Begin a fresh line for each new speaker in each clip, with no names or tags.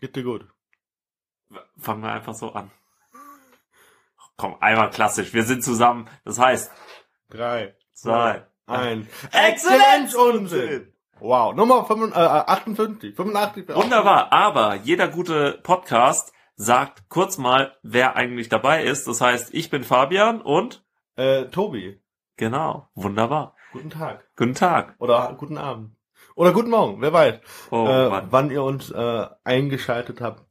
Geht dir gut. Fangen wir einfach so an. Komm, einmal klassisch. Wir sind zusammen. Das heißt,
Drei,
zwei.
ein.
Exzellenz-
Unsinn! Wow, Nummer 55, äh, 58, 85.
Wunderbar. Aber jeder gute Podcast sagt kurz mal, wer eigentlich dabei ist. Das heißt, ich bin Fabian und
Äh, Tobi,
genau. Wunderbar.
guten Tag.
Guten Tag.
Oder guten Abend. Oder guten Morgen, wer weiß.
Oh
äh,
Mann.
wann ihr uns äh, eingeschaltet habt.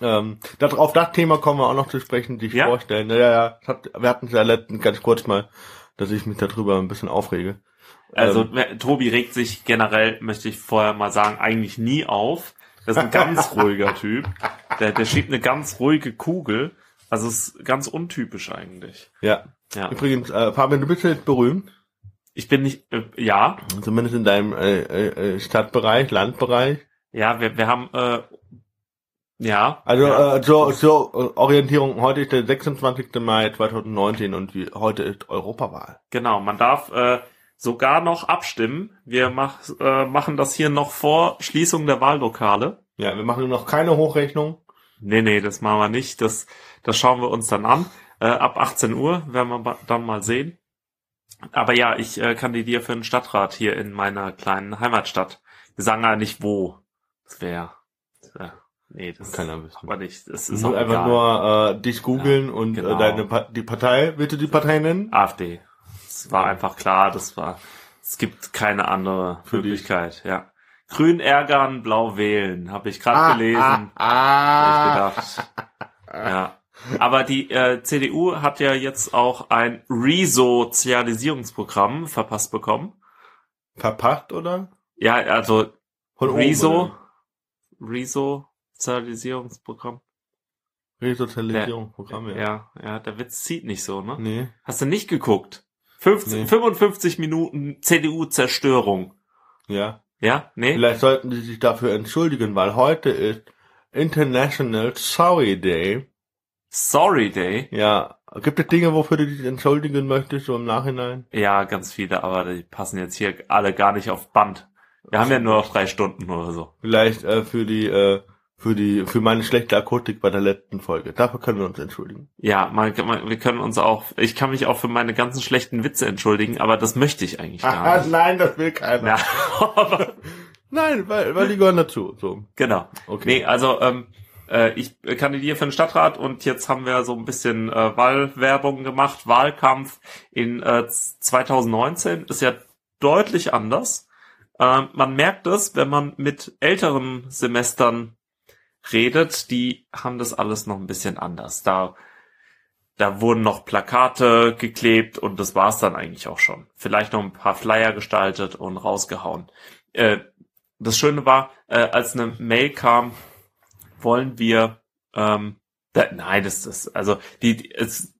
Ähm, das, auf das Thema kommen wir auch noch zu sprechen, die ich
Ja?
vorstellen. Ja, ja, ja. Das Hat, wir hatten es ja letztens ganz kurz mal, dass ich mich darüber ein bisschen aufrege. ähm.
Also wer- Tobi regt sich generell, möchte ich vorher mal sagen, eigentlich nie auf. Das ist ein ganz ruhiger Typ. Der, der schiebt eine ganz ruhige Kugel. Also ist ganz untypisch eigentlich.
Ja.
Ja.
Übrigens, äh, Fabian, du bist jetzt berühmt.
Ich bin nicht. Äh, ja,
Zumindest in deinem äh, äh, äh, Stadtbereich, Landbereich.
ja, wir, wir haben. Äh, ja.
Also
ja.
äh, zur, zur äh, Orientierung, heute ist der 26. Mai 2019 und wie, heute ist Europawahl.
Genau, man darf äh, sogar noch abstimmen. Wir mach, äh, machen das hier noch vor Schließung der Wahllokale.
Ja, wir machen noch keine Hochrechnung.
Nee, nee, das machen wir nicht. Das, das schauen wir uns dann an. Äh, ab 18 Uhr werden wir ba- dann mal sehen. Aber ja, ich äh, kandidiere für den Stadtrat hier in meiner kleinen Heimatstadt. Wir sagen ja nicht wo. Das wäre. Wär, äh, nee, das
Keiner wissen.
aber nicht. Das
Das
ist
ist
auch
einfach
egal.
nur äh, dich googeln und äh,
genau. Ah,
deine pa die Partei. Willst du die Partei nennen?
AfD. Es war einfach klar, das war, es gibt keine andere
Für dich.
Möglichkeit, ja. Grün ärgern, blau wählen, habe ich gerade gelesen.
Ah, ah,
Hab ich gedacht. Ja. Aber die äh, CDU hat ja jetzt auch ein Resozialisierungsprogramm verpasst bekommen.
Verpasst, oder?
Ja, also
Von oben,
Reso,
oder?
Resozialisierungsprogramm.
Resozialisierungsprogramm, ja.
Ja, ja, der Witz zieht nicht so, ne?
Nee.
Hast du nicht geguckt? 15,
Hm. Nee.
55 Minuten CDU-Zerstörung.
Ja.
Ja? Nee?
Vielleicht sollten sie sich dafür entschuldigen, weil heute ist International Sorry Day.
Sorry Day.
Ja. Gibt es Dinge, wofür du dich entschuldigen möchtest, so im Nachhinein?
Ja, ganz viele, aber die passen jetzt hier alle gar nicht auf Band. Wir haben ja nur noch drei Stunden oder so.
Vielleicht äh, für die, äh, für die, für meine schlechte Akustik bei der letzten Folge. Dafür können wir uns entschuldigen.
Ja, man, man, wir können uns auch, ich kann mich auch für meine ganzen schlechten Witze entschuldigen, aber das möchte ich eigentlich gar
Aha,
nicht.
nein, das will keiner.
Ja, aber,
Nein, weil, weil die gehören dazu. So,
genau. Nee,
okay.
also ähm, äh, ich kandidiere für den Stadtrat und jetzt haben wir so ein bisschen äh, Wahlwerbung gemacht, Wahlkampf in äh, 2019 ist ja deutlich anders. Ähm, man merkt es, wenn man mit älteren Semestern redet, die haben das alles noch ein bisschen anders. Da da wurden noch Plakate geklebt und das war's dann eigentlich auch schon. Vielleicht noch ein paar Flyer gestaltet und rausgehauen. Äh, das Schöne war, äh, als eine Mail kam, wollen wir, ähm, da, nein, das ist, also die, die es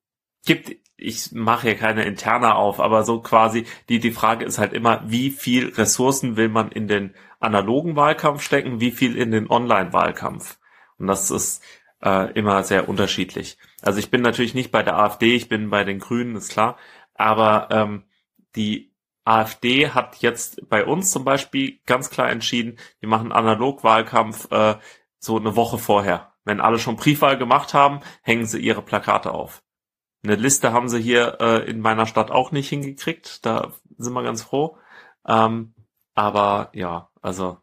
gibt, ich mache hier keine interne auf, aber so quasi, die, die Frage ist halt immer, wie viel Ressourcen will man in den analogen Wahlkampf stecken, wie viel in den Online-Wahlkampf? Und das ist äh, immer sehr unterschiedlich. Also ich bin natürlich nicht bei der AfD, ich bin bei den Grünen, ist klar, aber ähm, die AfD hat jetzt bei uns zum Beispiel ganz klar entschieden, wir machen Analogwahlkampf äh, so eine Woche vorher. Wenn alle schon Briefwahl gemacht haben, hängen sie ihre Plakate auf. Eine Liste haben sie hier äh, in meiner Stadt auch nicht hingekriegt, da sind wir ganz froh. Ähm, aber ja, also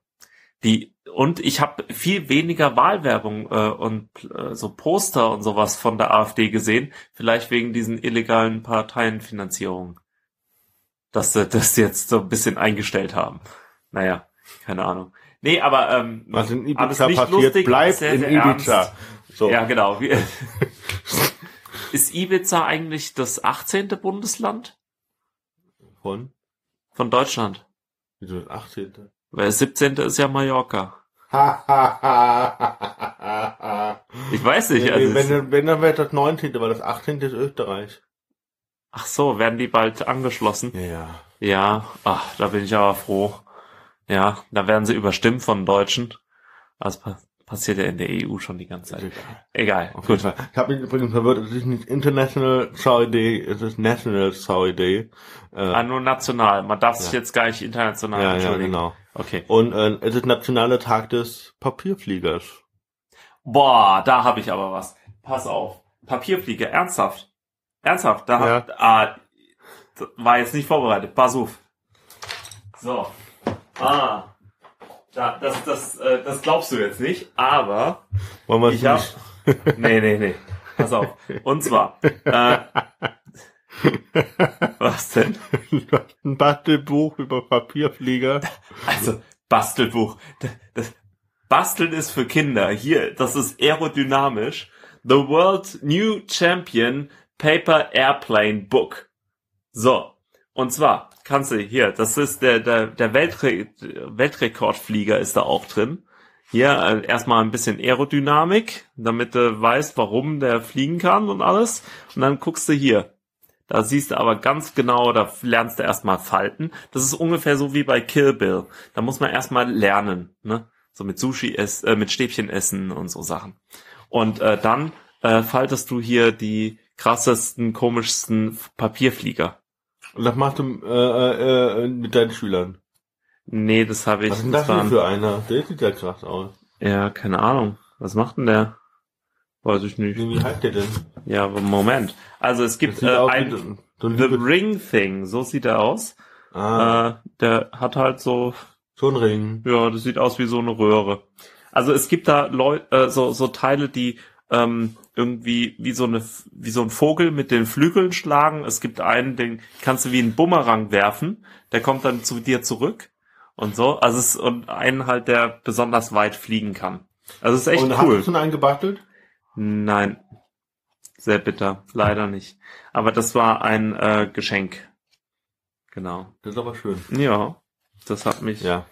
die und ich habe viel weniger Wahlwerbung äh, und äh, so Poster und sowas von der AfD gesehen, vielleicht wegen diesen illegalen Parteienfinanzierungen dass sie das jetzt so ein bisschen eingestellt haben. Naja, keine Ahnung. Nee, aber ähm,
Was in
alles
Ibiza
nicht
passiert,
lustig,
bleibt
sehr,
in
sehr
Ibiza.
ernst.
So.
Ja, genau. Wie- Ist Ibiza eigentlich das 18. Bundesland
Von?
von Deutschland?
Wieso das 18.?
Weil das 17. ist ja Mallorca.
Ha, ha, ha, ha, ha.
Ich weiß nicht.
wenn,
Also es,
wenn, wenn, dann wäre das 19., weil das 18. ist Österreich.
ach so, werden die bald angeschlossen?
Ja, ja.
Ja, ach, da bin ich aber froh. Ja, da werden sie überstimmt von Deutschen. Das pa- passiert ja in der EU schon die ganze
Ist
Zeit.
egal.
Egal.
Auf jeden Fall. Ich habe mich übrigens verwirrt, es ist nicht International Sorry Day, es ist National Sorry Day.
Ah,
Äh,
nur national. Man darf sich
Ja.
jetzt gar nicht international
ja, genau. ja,
entschuldigen.
genau.
Okay.
Und äh, es ist Nationaler Tag des Papierfliegers.
Boah, da habe ich aber was. Pass auf. Papierfliege, ernsthaft. Ernsthaft, da hab, ah, das war jetzt nicht vorbereitet. Pass auf. So. Ah. Da, das, das, äh, das glaubst du jetzt nicht, aber
Wollen wir es
ich hab,
nicht?
Nee, nee, nee. Pass auf. Und zwar. Äh, was denn?
Ein Bastelbuch über Papierflieger.
Also, Bastelbuch. D- Das, Basteln ist für Kinder. Hier, das ist aerodynamisch. The World New Champion Paper Airplane Book. So. Und zwar kannst du hier, das ist der, der, der Weltre Weltrekordflieger ist da auch drin. Hier äh, erstmal ein bisschen Aerodynamik, damit du weißt, warum der fliegen kann und alles. Und dann guckst du hier. Da siehst du aber ganz genau, da lernst du erstmal Falten. Das ist ungefähr so wie bei Kill Bill. Da muss man erstmal lernen, ne? So mit Sushi essen, äh, mit Stäbchen essen und so Sachen. Und äh, dann äh, faltest du hier die krassesten, komischsten Papierflieger.
Und das machst du äh, äh, äh, mit deinen Schülern.
Nee, das habe ich.
Was ist denn das
waren-
denn für einer? Der sieht ja krass aus.
Ja, keine Ahnung. Was macht denn der? Weiß ich nicht.
Wie heißt der denn?
Ja, aber Moment. Also es
Das
gibt
sieht
äh,
aus wie
ein
so- so ein
The
Liebe-
Ring Thing, so sieht er aus.
ah,
Äh, der hat halt so,
so ein Ring.
ja, das sieht aus wie so eine Röhre. Also es gibt da Leu äh, so, so Teile, die ähm, irgendwie wie so eine wie so ein Vogel mit den Flügeln schlagen. Es gibt einen, den kannst du wie einen Bumerang werfen, der kommt dann zu dir zurück und so. Also es und einen halt, der besonders weit fliegen kann. Also es ist echt
und hast
cool.
du schon einen gebastelt?
Nein. Sehr bitter. Leider nicht. Aber das war ein äh, Geschenk. Genau.
Das ist aber schön.
Ja. Das hat mich.
Ja,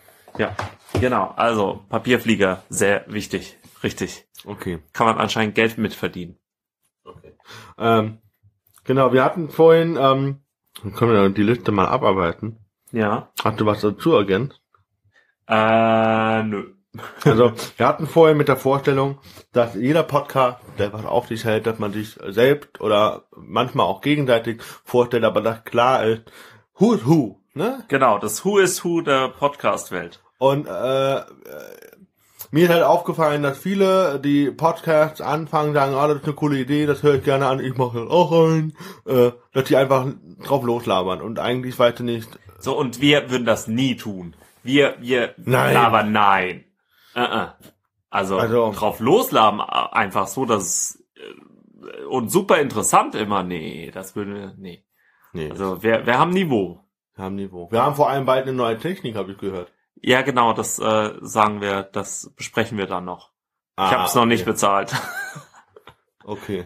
Genau. Also, Papierflieger. Sehr wichtig. Richtig.
okay.
Kann man anscheinend Geld mitverdienen.
Ähm, genau, wir hatten vorhin, ähm, dann können wir die Liste mal abarbeiten.
Ja.
Hast du was dazu ergänzt?
Äh, nö.
Also, wir hatten vorhin mit der Vorstellung, dass jeder Podcast, der was auf sich hält, dass man sich selbst oder manchmal auch gegenseitig vorstellt, aber dass klar ist, who is who, ne?
Genau. Das Who is Who der Podcast-Welt.
Und äh, äh, mir ist halt aufgefallen, dass viele, die Podcasts anfangen, sagen, ah, das ist eine coole Idee, das höre ich gerne an, ich mache das auch rein, äh, dass die einfach drauf loslabern und eigentlich weiter nicht.
So, und wir würden das nie tun. Wir, wir,
Nein.
aber nein. Äh, äh. Also,
Also-
drauf loslaben, a- einfach so, dass, äh, und super interessant immer, nee, das würden wir, nee.
Nee,
Also, wir, wir haben Niveau.
wir haben Niveau. Wir haben vor allem bald eine neue Technik, habe ich gehört.
Ja, genau, das äh, sagen wir, das besprechen wir dann noch.
Ah,
ich habe es noch nicht bezahlt.
Okay.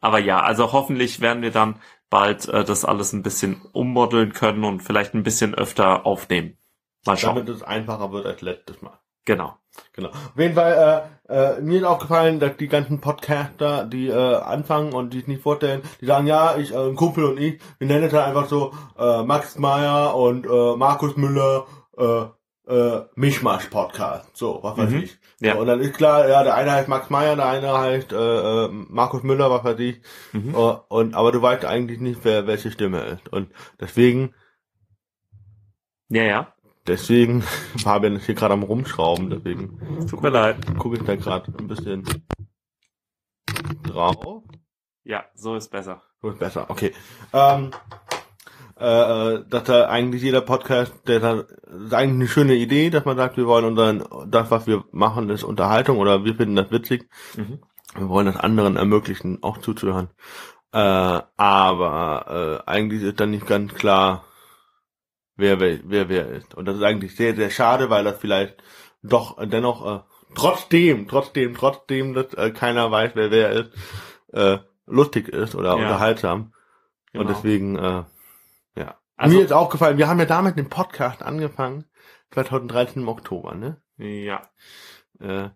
Aber ja, also hoffentlich werden wir dann bald äh, das alles ein bisschen ummodeln können und vielleicht ein bisschen öfter aufnehmen. Mal schauen.
Damit es einfacher wird als letztes Mal.
genau.
Genau. Auf jeden Fall, äh, äh, mir ist aufgefallen, dass die ganzen Podcaster, die äh, anfangen und die es nicht vorstellen, die sagen, ja, ich, äh, ein Kumpel und ich, wir nennen es halt einfach so äh, Max Meyer und äh, Markus Müller, äh, äh, Mischmasch-Podcast. So, was weiß
Mhm.
ich.
Ja.
So, und dann ist klar, ja, der eine heißt Max Meyer, der eine heißt äh, äh, Markus Müller, was weiß ich.
Mhm.
Äh, und, aber du weißt eigentlich nicht, wer welche Stimme ist. Und deswegen,
Ja, ja.
deswegen, Fabian ist hier gerade am Rumschrauben, deswegen.
Tut mir leid.
gucke ich da gerade ein bisschen drauf.
Ja, so ist besser.
So ist besser, okay. Ähm, äh, äh, dass da eigentlich jeder Podcast, der da, das ist eigentlich eine schöne Idee, dass man sagt, wir wollen unseren, das, was wir machen, ist Unterhaltung oder wir finden das witzig.
Mhm.
Wir wollen das anderen ermöglichen, auch zuzuhören. Äh, aber äh, eigentlich ist dann nicht ganz klar, wer wer, wer wer ist. Und das ist eigentlich sehr, sehr schade, weil das vielleicht doch dennoch, äh, trotzdem, trotzdem, trotzdem, dass äh, keiner weiß, wer wer ist, äh, lustig ist oder
Ja.
unterhaltsam.
Genau.
Und deswegen, äh, ja.
Also-
Mir ist auch gefallen, wir haben ja damit den Podcast angefangen, 2013 im Oktober, ne?
ja.
Äh,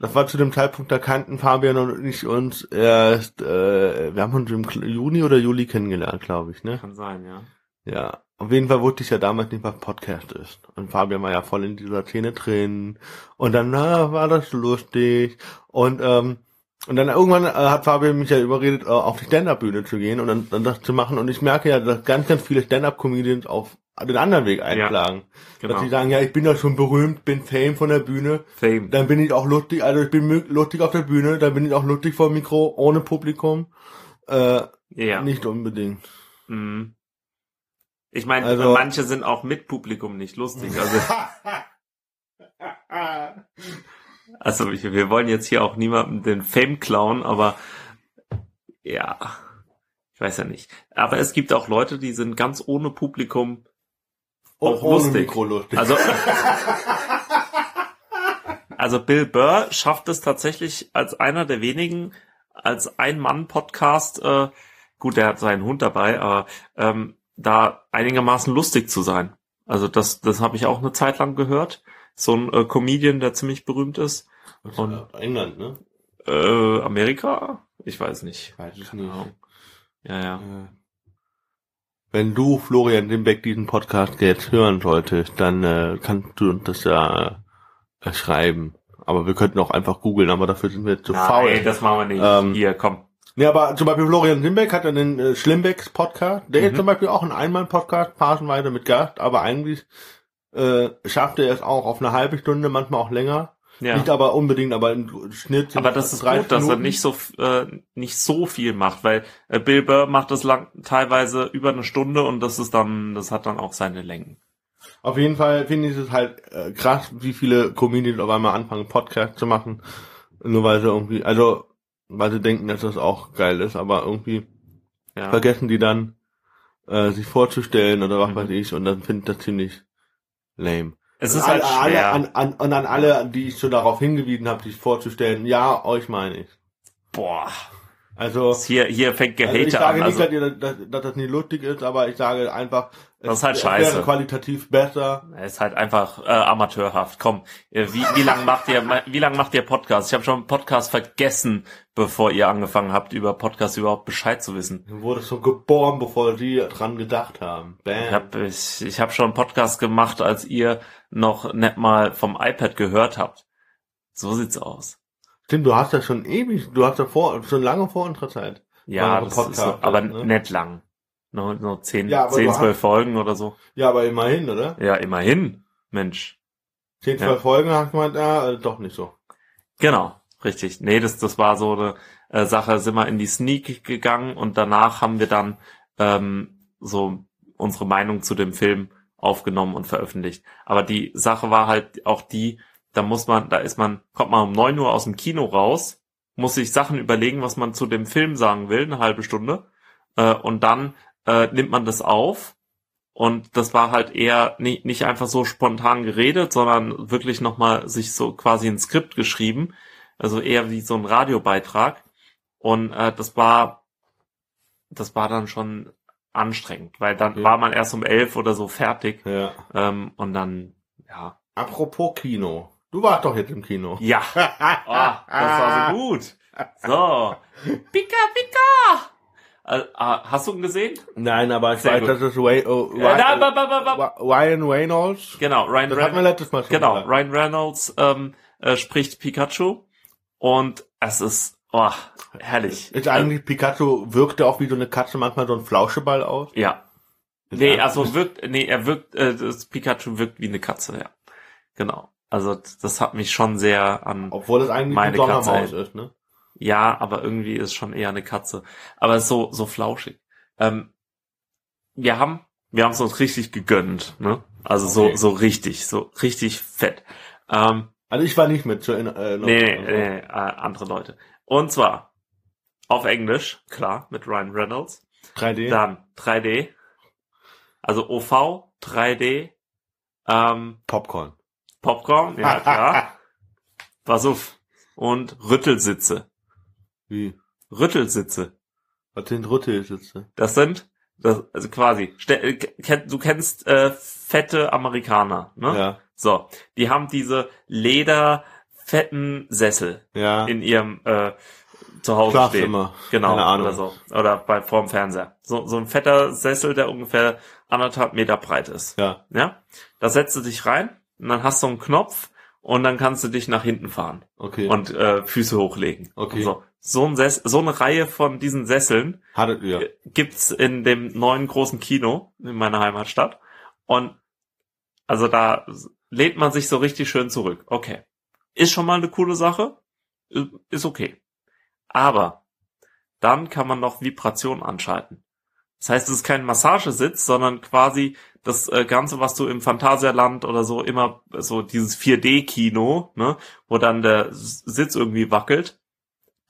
das war zu dem Zeitpunkt, da kannten Fabian und ich uns erst, äh, wir haben uns im Kl- Juni oder Juli kennengelernt, glaube ich, ne?
Kann sein, ja.
Ja. Auf jeden Fall wusste ich ja damals nicht, was Podcast ist. Und Fabian war ja voll in dieser Szene drin. Und dann na, war das lustig. Und, ähm, und dann irgendwann äh, hat Fabian mich ja überredet, äh, auf die Stand-Up-Bühne zu gehen und dann, dann das zu machen. Und ich merke ja, dass ganz, ganz viele Stand-Up-Comedians auf den anderen Weg einschlagen. Dass
Genau.
die sagen, ja, ich bin doch schon berühmt, bin Fame von der Bühne,
Fame.
dann bin ich auch lustig, also ich bin mü- lustig auf der Bühne, dann bin ich auch lustig vor dem Mikro, ohne Publikum. Äh,
Ja.
Nicht unbedingt.
Mhm. Ich meine,
Also-
manche sind auch mit Publikum nicht lustig. Also, also ich, wir wollen jetzt hier auch niemandem den Fame klauen, aber ja, ich weiß ja nicht. Aber es gibt auch Leute, die sind ganz ohne Publikum. Auch
ohne
lustig.
Mikro lustig.
Also, also Bill Burr schafft es tatsächlich als einer der wenigen, als Ein-Mann-Podcast, äh, gut, der hat seinen Hund dabei, aber ähm, da einigermaßen lustig zu sein. Also das, das habe ich auch eine Zeit lang gehört. So ein äh, Comedian, der ziemlich berühmt ist. und-
England, ne?
Äh, Amerika? Ich weiß nicht.
Ich weiß es
Keine
nicht.
Ahnung. Ja, ja.
Äh, Wenn du, Florian Limbeck, diesen Podcast jetzt hören solltest, dann äh, kannst du uns das ja äh, schreiben. Aber wir könnten auch einfach googeln, aber dafür sind wir zu
Nein,
faul.
Ah, das machen wir nicht.
Ähm,
Hier, komm.
Ja, aber zum Beispiel Florian Limbeck hat ja den äh, Schlimmbecks Podcast. Der ist
Mhm.
zum Beispiel auch ein Einmann-Podcast, phasenweise mit Gast, aber eigentlich äh, schafft er es auch auf eine halbe Stunde, manchmal auch länger.
Ja.
Nicht aber unbedingt, aber im Schnitt. sind
Aber
es
das ist
30
gut, dass er
Minuten.
nicht so f- äh, nicht so viel macht, weil äh, Bill Burr macht das lang teilweise über eine Stunde und das ist dann das hat dann auch seine Längen.
Auf jeden Fall finde ich es halt äh, krass, wie viele Comedians auf einmal anfangen, Podcast zu machen. Nur weil sie irgendwie, also, weil sie denken, dass das auch geil ist, aber irgendwie
Ja.
vergessen die dann, äh, sich vorzustellen oder was
Mhm.
weiß ich, und dann finde ich das ziemlich lame.
Es ist
An
halt
alle,
schwer.
An, an, und an alle, die ich schon darauf hingewiesen habe, sich vorzustellen, ja, euch meine ich.
Boah,
Also,
das hier hier fängt
also ich
Gehate
sage
an.
nicht,
Also,
dass, ihr, dass, dass das nicht lustig ist, aber ich sage einfach,
Das ist halt
es
scheiße.
wäre qualitativ besser.
er ist halt einfach äh, amateurhaft. Komm, äh, wie wie lang macht ihr wie lang macht ihr Podcast? Ich habe schon Podcast vergessen, bevor ihr angefangen habt über Podcast überhaupt Bescheid zu wissen.
Du wurdest so geboren, bevor die dran gedacht haben.
Ich
Bam.
habe ich, ich hab schon einen Podcast gemacht, als ihr noch nicht mal vom iPad gehört habt. So sieht's aus.
Stimmt, du hast ja schon ewig, du hast ja vor, schon lange vor unserer Zeit.
Ja,
Mehrere
das ist
Podcasts,
so, aber
ne?
nicht lang. Nur, nur 10,
Ja, aber du
10
hast-
12 Folgen oder so.
Ja, aber immerhin, oder?
Ja, immerhin. Mensch.
Zehn,
Ja.
zwölf Folgen hat man, ja, äh, doch nicht so.
Genau, richtig. Nee, das, das war so eine äh, Sache, sind wir in die Sneak gegangen und danach haben wir dann ähm, so unsere Meinung zu dem Film aufgenommen und veröffentlicht. Aber die Sache war halt auch die, da muss man, da ist man, kommt man um 9 Uhr aus dem Kino raus, muss sich Sachen überlegen, was man zu dem Film sagen will, eine halbe Stunde, äh, und dann äh, nimmt man das auf. Und das war halt eher nicht, nicht einfach so spontan geredet, sondern wirklich nochmal sich so quasi ein Skript geschrieben. Also eher wie so ein Radiobeitrag. Und äh, das war, das war dann schon anstrengend, weil dann
Okay.
war man erst um elf oder so fertig.
Ja.
Ähm, und dann, ja.
Apropos Kino. Du warst doch jetzt im Kino.
Ja, ah, das war so gut. So. Pika, pika! Äh, ah, hast du ihn gesehen?
Nein, aber ich
Sehr
weiß,
gut.
dass es Way, oh,
Äh, da, ba,
Ryan,
ba, ba, ba.
Ryan Reynolds.
Genau, Ryan
Das hatten wir
Reynolds.
letztes Mal schon.
Genau,
gesagt.
Ryan Reynolds ähm, äh, spricht Pikachu. Und es ist, oh, herrlich. Ähm,
Ist eigentlich, Pikachu wirkte auch wie so eine Katze manchmal so ein Flauscheball aus.
Äh, ja. Nee,
Ja.
also wirkt, nee, er wirkt, äh, das Pikachu wirkt wie eine Katze, ja. Genau. Also das hat mich schon sehr an.
Obwohl es eigentlich ein
Meine Katze,
Sommermaus ist, ne?
Ja, aber irgendwie ist schon eher eine Katze. Aber so, so flauschig. Ähm, wir haben, wir haben es uns richtig gegönnt, ne? Also
Okay.
so, so richtig, so richtig fett. Ähm,
Also ich war nicht mit zu in, äh,
Nee,
also-
nee, äh, andere Leute. Und zwar auf Englisch, klar, mit Ryan Reynolds.
3D.
Dann 3D. Also OV, 3D, ähm,
Popcorn.
Popcorn, ja klar. Pass auf. Und Rüttelsitze.
Wie?
Rüttelsitze.
Was sind Rüttelsitze?
Das sind, das, also quasi, ste- äh, ken- du kennst äh, fette Amerikaner, ne?
Ja.
So, die haben diese lederfetten Sessel
Ja.
in ihrem äh, Zuhause stehen.
Schlafzimmer.
Genau,
Keine Ahnung.
oder so. Oder bei, vorm Fernseher. So, so ein fetter Sessel, der ungefähr anderthalb Meter breit ist.
Ja.
Ja? Da setzt du dich rein und dann hast du einen Knopf und dann kannst du dich nach hinten fahren
Okay.
und äh, Füße hochlegen.
Okay.
So. So, ein Sess so eine Reihe von diesen Sesseln
Hattet ihr.
gibt's in dem neuen großen Kino in meiner Heimatstadt. Und also da lehnt man sich so richtig schön zurück. Okay. Ist schon mal eine coole Sache. Ist okay. Aber dann kann man noch Vibration anschalten. Das heißt, es ist kein Massagesitz, sondern quasi das äh, Ganze, was du im Phantasialand oder so immer, so dieses 4D-Kino, ne, wo dann der Sitz irgendwie wackelt,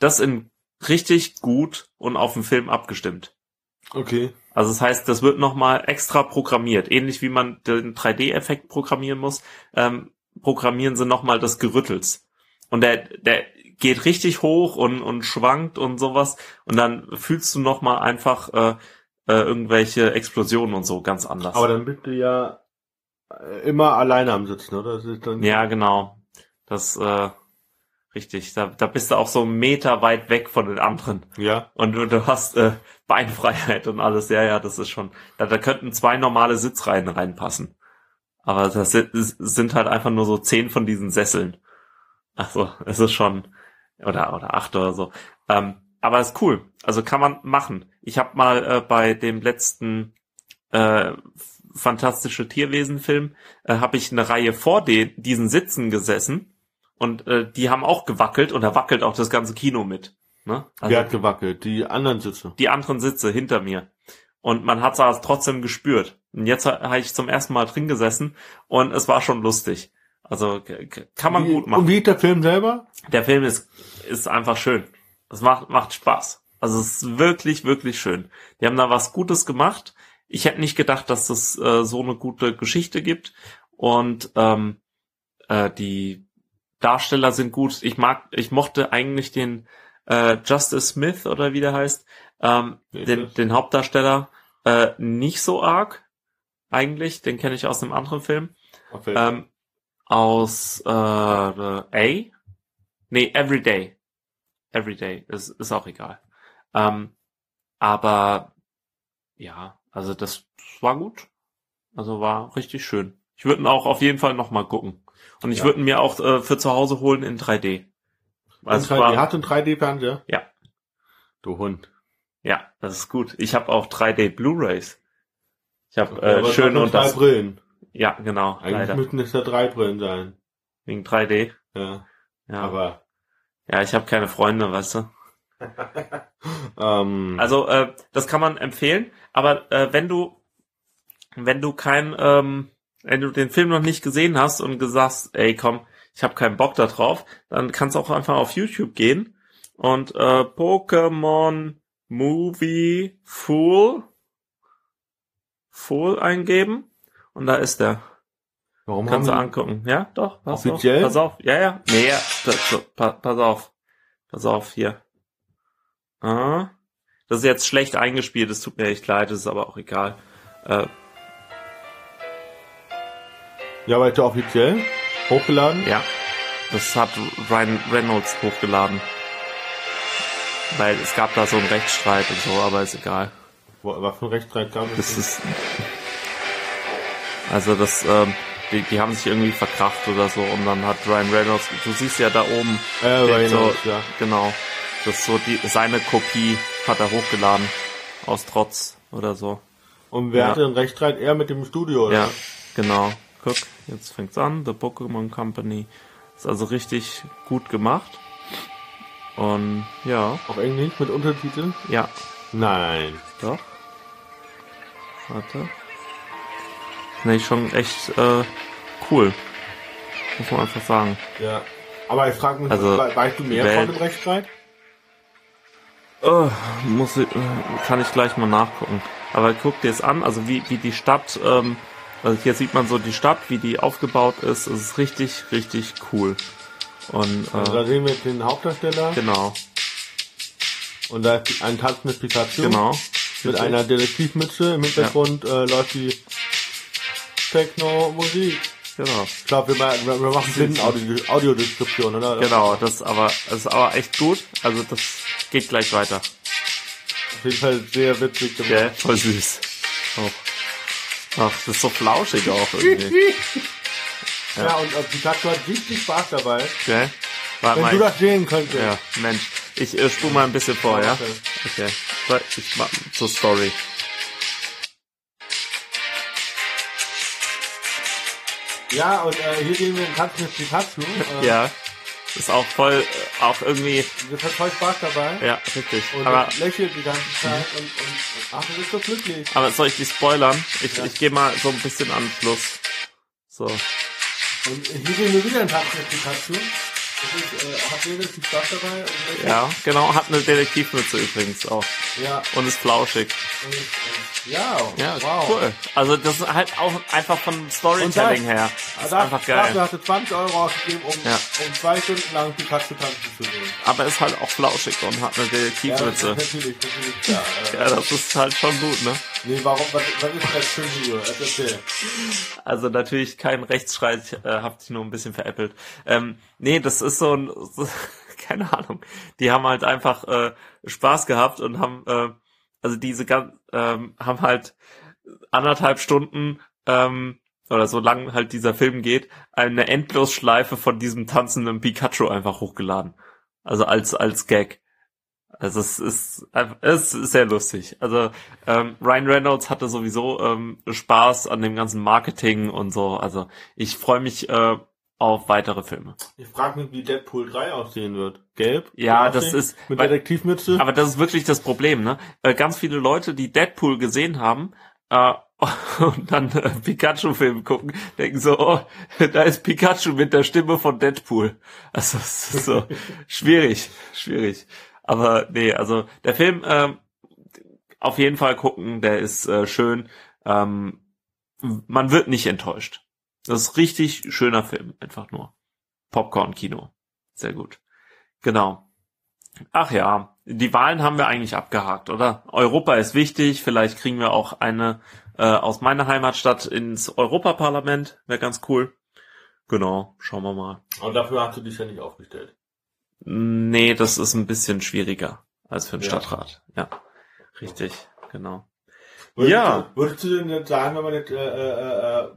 das in richtig gut und auf den Film abgestimmt.
Okay.
Also das heißt, das wird nochmal extra programmiert. Ähnlich wie man den 3D-Effekt programmieren muss, ähm, programmieren sie nochmal des Gerüttels. Und der, der geht richtig hoch und, und schwankt und sowas. Und dann fühlst du nochmal einfach äh, äh, irgendwelche Explosionen und so ganz anders.
Aber dann bist du ja äh, immer alleine am Sitzen, oder? Das ist dann
ja, genau. Das, äh, richtig. Da, da bist du auch so einen Meter weit weg von den anderen.
ja.
Und du, du hast äh, Beinfreiheit und alles. Ja, ja, das ist schon. Da, da könnten zwei normale Sitzreihen reinpassen. Aber das sind, es sind halt einfach nur so zehn von diesen Sesseln. Also, es ist schon. Oder, oder acht oder so. Ähm, aber ist cool. Also kann man machen. Ich habe mal äh, bei dem letzten äh, fantastische Tierwesen-Film äh, habe ich eine Reihe vor den, diesen Sitzen gesessen und äh, die haben auch gewackelt und da wackelt auch das ganze Kino mit. Ne? Also
Wer hat gewackelt? Die anderen Sitze.
die anderen Sitze hinter mir. Und man hat es trotzdem gespürt. Und jetzt ha- habe ich zum ersten Mal drin gesessen und es war schon lustig. Also k- k- kann man
Wie-
gut machen.
Und wie ist der Film selber?
Der Film ist, ist einfach schön. Es macht, macht Spaß. Also es ist wirklich, wirklich schön. Die haben da was Gutes gemacht. Ich hätte nicht gedacht, dass es äh, so eine gute Geschichte gibt. Und ähm, äh, die Darsteller sind gut. Ich mag, ich mochte eigentlich den äh, Justice Smith oder wie der heißt, ähm,
Wer ist
den,
das?
den Hauptdarsteller äh, nicht so arg. Eigentlich, den kenne ich aus einem anderen Film.
Auf welchen?
Ähm, aus äh, A? Nee, Everyday. Everyday, ist, ist auch egal. Ähm, aber ja, also das war gut. Also war richtig schön. Ich würde ihn auch auf jeden Fall nochmal gucken. Und ich
Ja.
würde ihn mir auch äh, für zu Hause holen in 3D. Also
ein 3D,
war,
hat einen 3D-Fernseher?
Ja.
Du Hund.
ja, das ist gut. Ich habe auch 3D Blu-Rays. Ich habe
Aber
äh,
es hat
schön
nur
und
zwei
das.
Brillen.
Ja, genau,
Eigentlich
leider.
müssten es ja drei Brillen sein.
Wegen 3D.
Ja.
Ja,
Aber
ja ich habe keine Freunde, weißt du.
ähm,
Also äh, das kann man empfehlen, aber äh, wenn du wenn du kein ähm, wenn du den Film noch nicht gesehen hast und gesagt, ey komm, ich habe keinen Bock da drauf, dann kannst du auch einfach auf YouTube gehen und äh, Pokémon Movie Fool Fool eingeben und da ist der.
warum
Kannst du
haben
angucken. Ja, doch. Pass
Offiziell?
Auf, pass auf. Ja, ja. Nee, ja. Das, so, pa pass auf. Pass auf, hier. Ah. Das ist jetzt schlecht eingespielt, es tut mir echt leid, es ist aber auch egal. Äh,
Ja, aber ist der offiziell hochgeladen?
ja. Das hat Ryan Reynolds hochgeladen. Weil es gab da so einen Rechtsstreit und so, aber ist egal.
Wo- Was für ein Rechtsstreit gab
Das
es?
ist. Also das, ähm, die, die haben sich irgendwie verkracht oder so und dann hat Ryan Reynolds, du siehst ja da oben,
Äh, Reynolds,
so,
ja.
Genau. Das ist so die, seine Kopie hat er hochgeladen. Aus Trotz oder so.
Und wer
Ja.
hatte den Rechtsstreit? Er mit dem Studio, oder?
Ja, genau. Guck, jetzt fängt's an. The Pokémon Company. Ist also richtig gut gemacht. Und ja,
Auf Englisch mit Untertiteln?
ja,
Nein.
doch. Warte. Nee, schon echt äh, cool. Muss man einfach sagen.
Ja. Aber ich frage mich,
Also,
we- weißt du mehr
Welt-
von dem Rechtsstreit?
Oh, muss ich, äh, kann ich gleich mal nachgucken. Aber guck dir es an, also wie, wie die Stadt, ähm, also hier sieht man so die Stadt, wie die aufgebaut ist. Es ist richtig, richtig cool. Und
Also,
äh,
da sehen wir jetzt den Hauptdarsteller
genau,
und da ist ein tanzendes Pikachu.
genau.
Mit einer Detektivmütze im Hintergrund äh, läuft die Techno-Musik.
genau.
Ich glaube, wir, ma- wir wir machen blinden Audio- Audiodeskription, oder?
Genau, das ist aber das ist aber echt gut. Also das geht gleich weiter.
Auf jeden Fall sehr witzig gemacht.
Gell? Voll süß. Auch. Ach, das ist so flauschig auch irgendwie.
Ja. und äh, Pikachu hat richtig Spaß dabei.
Gell? Warte
Wenn du das sehen könntest.
Ja, Mensch. Ich äh, spule mal ein bisschen vor, ja? Okay. So, Ich mach zur Story.
Ja, und äh, hier gehen wir in Katz mit Pikachu. Äh,
Ja. Ist auch voll, äh, auch irgendwie,
Das hat voll Spaß dabei.
ja, richtig.
Und
Aber, Mhm.
das lächelt die ganze Zeit und, und, und ach, du bist so glücklich.
aber soll ich die spoilern? Ich,
Ja.
ich gehe mal so ein bisschen an den Schluss. So.
Und hier gehen wir wieder in Katz mit Pikachu. Das ist, äh, hat jeder viel Spaß dabei. Und lächelt.
Ja, genau, hat eine Detektivmütze übrigens auch.
Ja.
Und ist flauschig.
Und, und, ja,
Ja,
wow.
cool. Also das ist halt auch einfach vom Storytelling
Und
her. Das ist
Also
einfach
Dafür
geil.
hast du 20 Euro ausgegeben, um,
Ja.
um zwei Stunden lang Pikachu tanzen zu sehen.
Aber ist halt auch flauschig und hat
Ja,
eine
das ist
Detektivmütze.
natürlich, natürlich, klar. Äh,
Ja, das ist halt schon gut, ne?
Nee, warum, was, was ist das für ein Video? Erzähl.
Also natürlich kein Rechtsschrei, ich äh, hab dich nur ein bisschen veräppelt. Ähm, nee, das ist so ein, keine Ahnung. Die haben halt einfach äh, Spaß gehabt und haben, äh, also diese gan- ähm, haben halt anderthalb Stunden ähm, oder so lang halt dieser Film geht, eine Endlosschleife von diesem tanzenden Pikachu einfach hochgeladen. Also als als Gag. Also es ist, einfach- es ist sehr lustig. Also ähm, Ryan Reynolds hatte sowieso ähm, Spaß an dem ganzen Marketing und so. Also ich freue mich äh, auf weitere Filme.
Ich frage mich, wie Deadpool 3 aussehen wird. Gelb?
Ja,
Gelb
das
aussehen?
ist.
Mit
weil-
Detektivmütze?
aber das ist wirklich das Problem, ne? Äh, ganz viele Leute, die Deadpool gesehen haben äh, und dann äh, Pikachu-Film gucken, denken so, oh, da ist Pikachu mit der Stimme von Deadpool. Also es ist so schwierig, schwierig. Aber nee, also der Film ähm, auf jeden Fall gucken, der ist äh, schön. Ähm, man wird nicht enttäuscht. Das ist richtig schöner Film, einfach nur. Popcorn-Kino. Sehr gut. Genau. Ach ja, die Wahlen haben wir eigentlich abgehakt, oder? Europa ist wichtig, vielleicht kriegen wir auch eine äh, aus meiner Heimatstadt ins Europaparlament, wäre ganz cool. Genau, schauen wir mal.
Aber dafür hast du dich ja nicht aufgestellt.
Nee, das ist ein bisschen schwieriger als für einen
Ja.
Stadtrat. Ja, richtig, genau.
Würdest
Ja.
Du, würdest du denn jetzt sagen, wenn man jetzt äh, äh,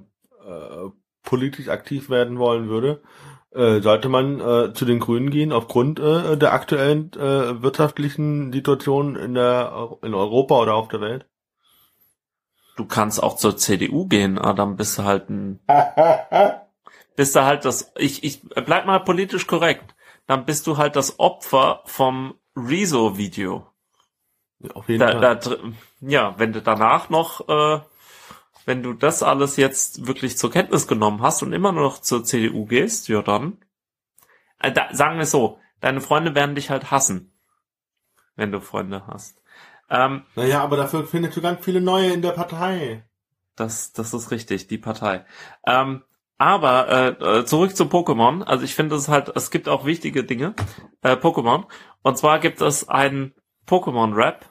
äh, äh, politisch aktiv werden wollen würde, äh, sollte man äh, zu den Grünen gehen, aufgrund äh, der aktuellen äh, wirtschaftlichen Situation in, der, in Europa oder auf der Welt?
Du kannst auch zur CDU gehen, ah, dann bist du halt ein bist du halt das, ich, ich bleib mal politisch korrekt, dann bist du halt das Opfer vom Rezo-Video.
auf jeden
Da,
Fall.
da, dr- ja, wenn du danach noch, äh, wenn du das alles jetzt wirklich zur Kenntnis genommen hast und immer nur noch zur CDU gehst, ja dann, äh, da, sagen wir es so, deine Freunde werden dich halt hassen, wenn du Freunde hast. Ähm,
Naja, aber dafür findest du ganz viele neue in der Partei.
Das, das ist richtig, die Partei. Ähm, aber äh, äh, zurück zu Pokémon. Also ich finde es halt, es gibt auch wichtige Dinge. Äh, Pokémon. Und zwar gibt es einen Pokémon-Rap,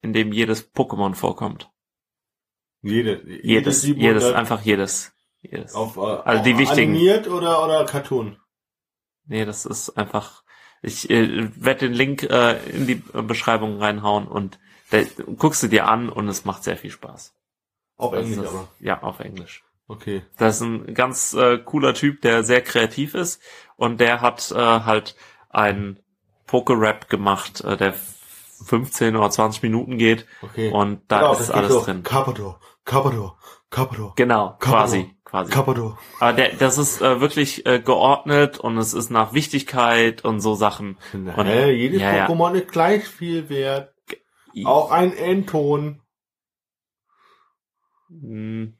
in dem jedes Pokémon vorkommt.
Jede,
Jedes, jedes,
700
einfach jedes. jedes.
Auf, äh,
Also die wichtigen.
Animiert oder, oder Cartoon?
Nee, das ist einfach. Ich äh, werde den Link äh, in die äh, Beschreibung reinhauen und der, guckst du dir an und es macht sehr viel Spaß.
Auf
Das
Englisch
ist,
aber.
Ja, auf Englisch.
Okay.
Das ist ein ganz äh, cooler Typ, der sehr kreativ ist und der hat äh, halt einen Poker-Rap gemacht, äh, der 15 oder 20 Minuten geht
okay.
und da
Genau, das
ist
geht
alles
so.
drin.
Capado, Capado, Capado,
Genau,
Kann man
quasi, quasi.
Capado.
Aber der, das ist äh, wirklich äh, geordnet und es ist nach Wichtigkeit und so Sachen. Und-
Hä, äh, jedes
ja, ja.
Pokémon ist gleich viel wert. Auch ein Endton.
Mm,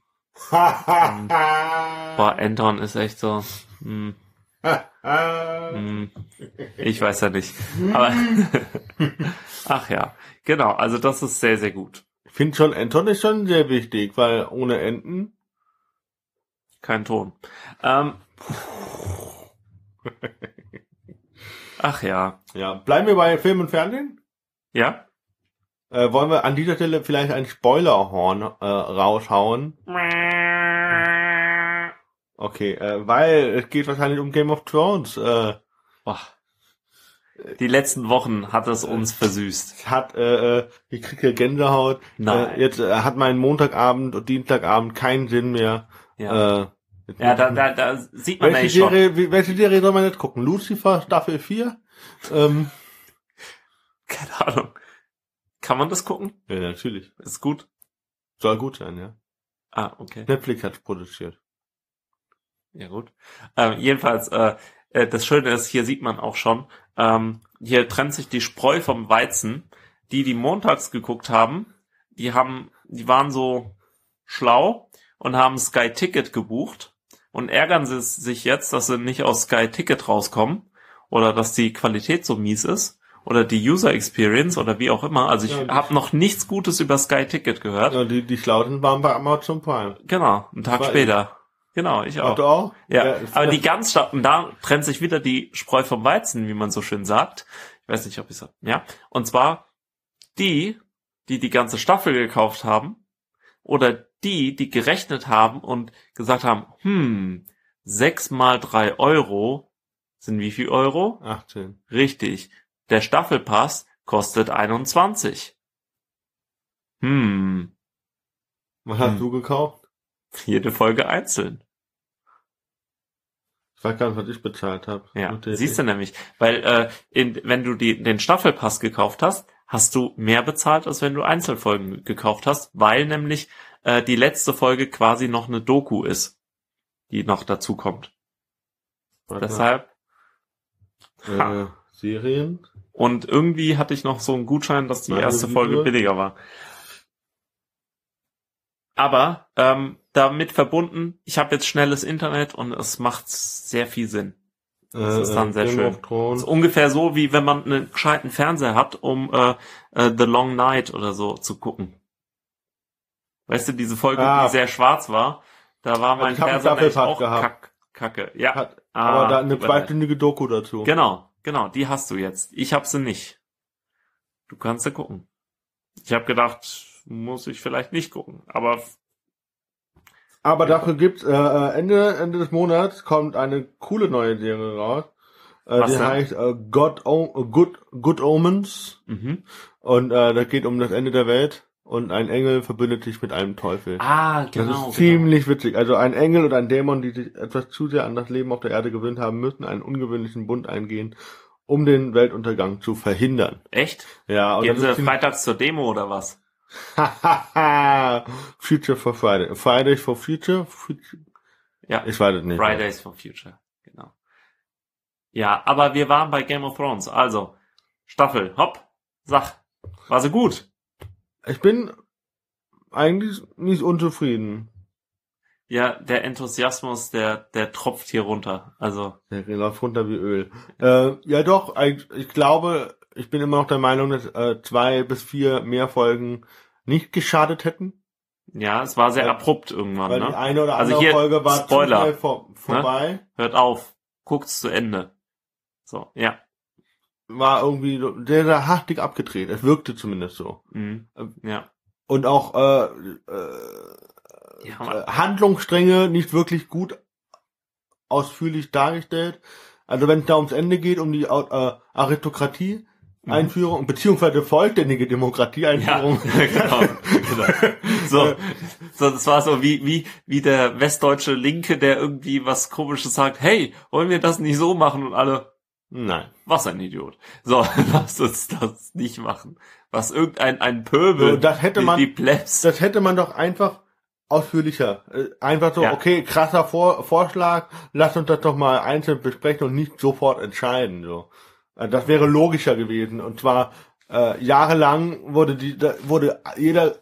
Boah,
Boah, Anton ist echt so. Mm, mm, ich weiß ja nicht. Aber ach ja, genau. Also das ist sehr, sehr gut.
Ich finde schon, Endton ist schon sehr wichtig, weil ohne Enten.
Kein Ton. Ähm. Ach ja.
Ja, bleiben wir bei Film und Fernsehen?
Ja?
Äh, wollen wir an dieser Stelle vielleicht ein Spoilerhorn äh, raushauen? Okay, äh, weil es geht wahrscheinlich um Game of Thrones. Äh,
Boah. Die letzten Wochen hat es uns versüßt.
es hat, äh, äh, ich kriege hier Gänsehaut. Äh,
Nein.
jetzt äh, hat mein Montagabend und Dienstagabend keinen Sinn mehr.
Ja,
Äh, jetzt-
ja da, da, da sieht man
welche,
eigentlich schon.
Serie, wie, welche Serie soll man jetzt gucken? Lucifer Staffel 4? Ähm,
Keine Ahnung. Kann man das gucken?
ja, natürlich.
Ist gut.
Soll gut sein, ja.
Ah, okay.
Netflix hat produziert.
Ja gut. Ähm, jedenfalls, äh, äh, das Schöne ist, hier sieht man auch schon, ähm, hier trennt sich die Spreu vom Weizen. Die, die montags geguckt haben, die haben, die waren so schlau und haben Sky Ticket gebucht und ärgern sie sich jetzt, dass sie nicht aus Sky Ticket rauskommen oder dass die Qualität so mies ist oder die User Experience oder wie auch immer. Also ich
Ja,
hab
die-
habe noch nichts Gutes über Sky Ticket gehört.
Ja, die, die Schlauten waren bei Amazon Prime.
Genau, einen
War
Tag
ich.
später. Genau, ich
Ach,
auch.
du auch?
Ja,
ist-
aber die ganz starken, da trennt sich wieder die Spreu vom Weizen, wie man so schön sagt. Ich weiß nicht, ob ich sag, ja. Und zwar die, die die ganze Staffel gekauft haben oder die, die gerechnet haben und gesagt haben, hm, sechs mal drei Euro sind wie viel Euro?
18.
Richtig. Der Staffelpass kostet 21. Hm,
Was hast
Hm.
du gekauft?
jede Folge einzeln.
Ich weiß gar nicht, was ich bezahlt habe.
Ja, siehst du nämlich, weil äh, in, wenn du die, den Staffelpass gekauft hast, hast du mehr bezahlt, als wenn du Einzelfolgen gekauft hast, weil nämlich äh, die letzte Folge quasi noch eine Doku ist, die noch dazu kommt. Deshalb
Äh, Serien?
und irgendwie hatte ich noch so einen Gutschein, dass die
Meine
erste
Güte.
Folge billiger war. Aber ähm, damit verbunden, ich habe jetzt schnelles Internet und es macht sehr viel Sinn. Das
äh,
ist dann sehr
Game
schön.
Of Thrones.
Das ist ungefähr so, wie wenn man einen gescheiten Fernseher hat, um äh, äh, The Long Night oder so zu gucken. Weißt du, diese Folge,
Ah.
die sehr schwarz war, da war mein
ich hab einen
Fernseher nämlich
Staffelpack
auch
gehabt.
Kack, Kacke. Ja,
Hat-
Ah,
Aber da eine
tut mir leid.
zweistündige Doku dazu.
Genau, genau, die hast du jetzt. Ich hab sie nicht. Du kannst sie gucken. Ich habe gedacht, muss ich vielleicht nicht gucken. Aber
Aber dafür gibt äh, Ende, Ende des Monats kommt eine coole neue Serie raus. Äh,
Was
die
denn?
heißt äh, God o Good, Good Omens.
mhm.
Und äh, das geht um das Ende der Welt. Und ein Engel verbündet sich mit einem Teufel.
ah,
Das
genau.
ist
genau.
ziemlich witzig. Also ein Engel und ein Dämon, die sich etwas zu sehr an das Leben auf der Erde gewöhnt haben, müssen einen ungewöhnlichen Bund eingehen, um den Weltuntergang zu verhindern.
genau. Echt?
Ja, und
Gehen
das
sie
ist ziemlich-
freitags zur Demo oder was?
Future for Friday. Friday for Future? Future?
Ja.
Ich weiß es nicht.
Fridays for Future, genau. Ja, aber wir waren bei Game of Thrones, also Staffel, hopp, sag, war sie gut.
Ich bin eigentlich nicht unzufrieden.
Ja, der Enthusiasmus, der, der tropft hier runter. Also,
Der läuft runter wie Öl. Äh, ja doch, ich, ich glaube, ich bin immer noch der Meinung, dass äh, zwei bis vier mehr Folgen nicht geschadet hätten.
ja, es war sehr
Weil-
abrupt irgendwann,
Weil die
ne?
eine oder
Also
andere
hier,
Folge war zu
Spoiler,
schnell vor, vorbei.
Hört auf, guckt's zu Ende. So, ja.
War irgendwie so- sehr, sehr hartig abgedreht. Es wirkte zumindest so.
Mhm. Ja.
Und auch äh, äh,
ja
äh,
Mann.
Handlungsstränge nicht wirklich gut ausführlich dargestellt. Also wenn es da ums Ende geht, um die äh, Aristokratie,
Mhm.
Einführung, beziehungsweise vollständige
ja,
Demokratieeinführung.
genau. genau. So, so, das war so wie, wie, wie der westdeutsche Linke, der irgendwie was Komisches sagt, hey, wollen wir das nicht so machen und alle,
Nein.
Was ein Idiot. So, lass uns das nicht machen. Was irgendein ein
So,
Pöbel,
das hätte
die,
man,
die Plebs.
das hätte man doch einfach ausführlicher. äh, Einfach so,
Ja.
okay, krasser Vor Vorschlag, lass uns das doch mal einzeln besprechen und nicht sofort entscheiden. So, Äh, das wäre logischer gewesen. Und zwar äh, jahrelang wurde die, da, wurde jeder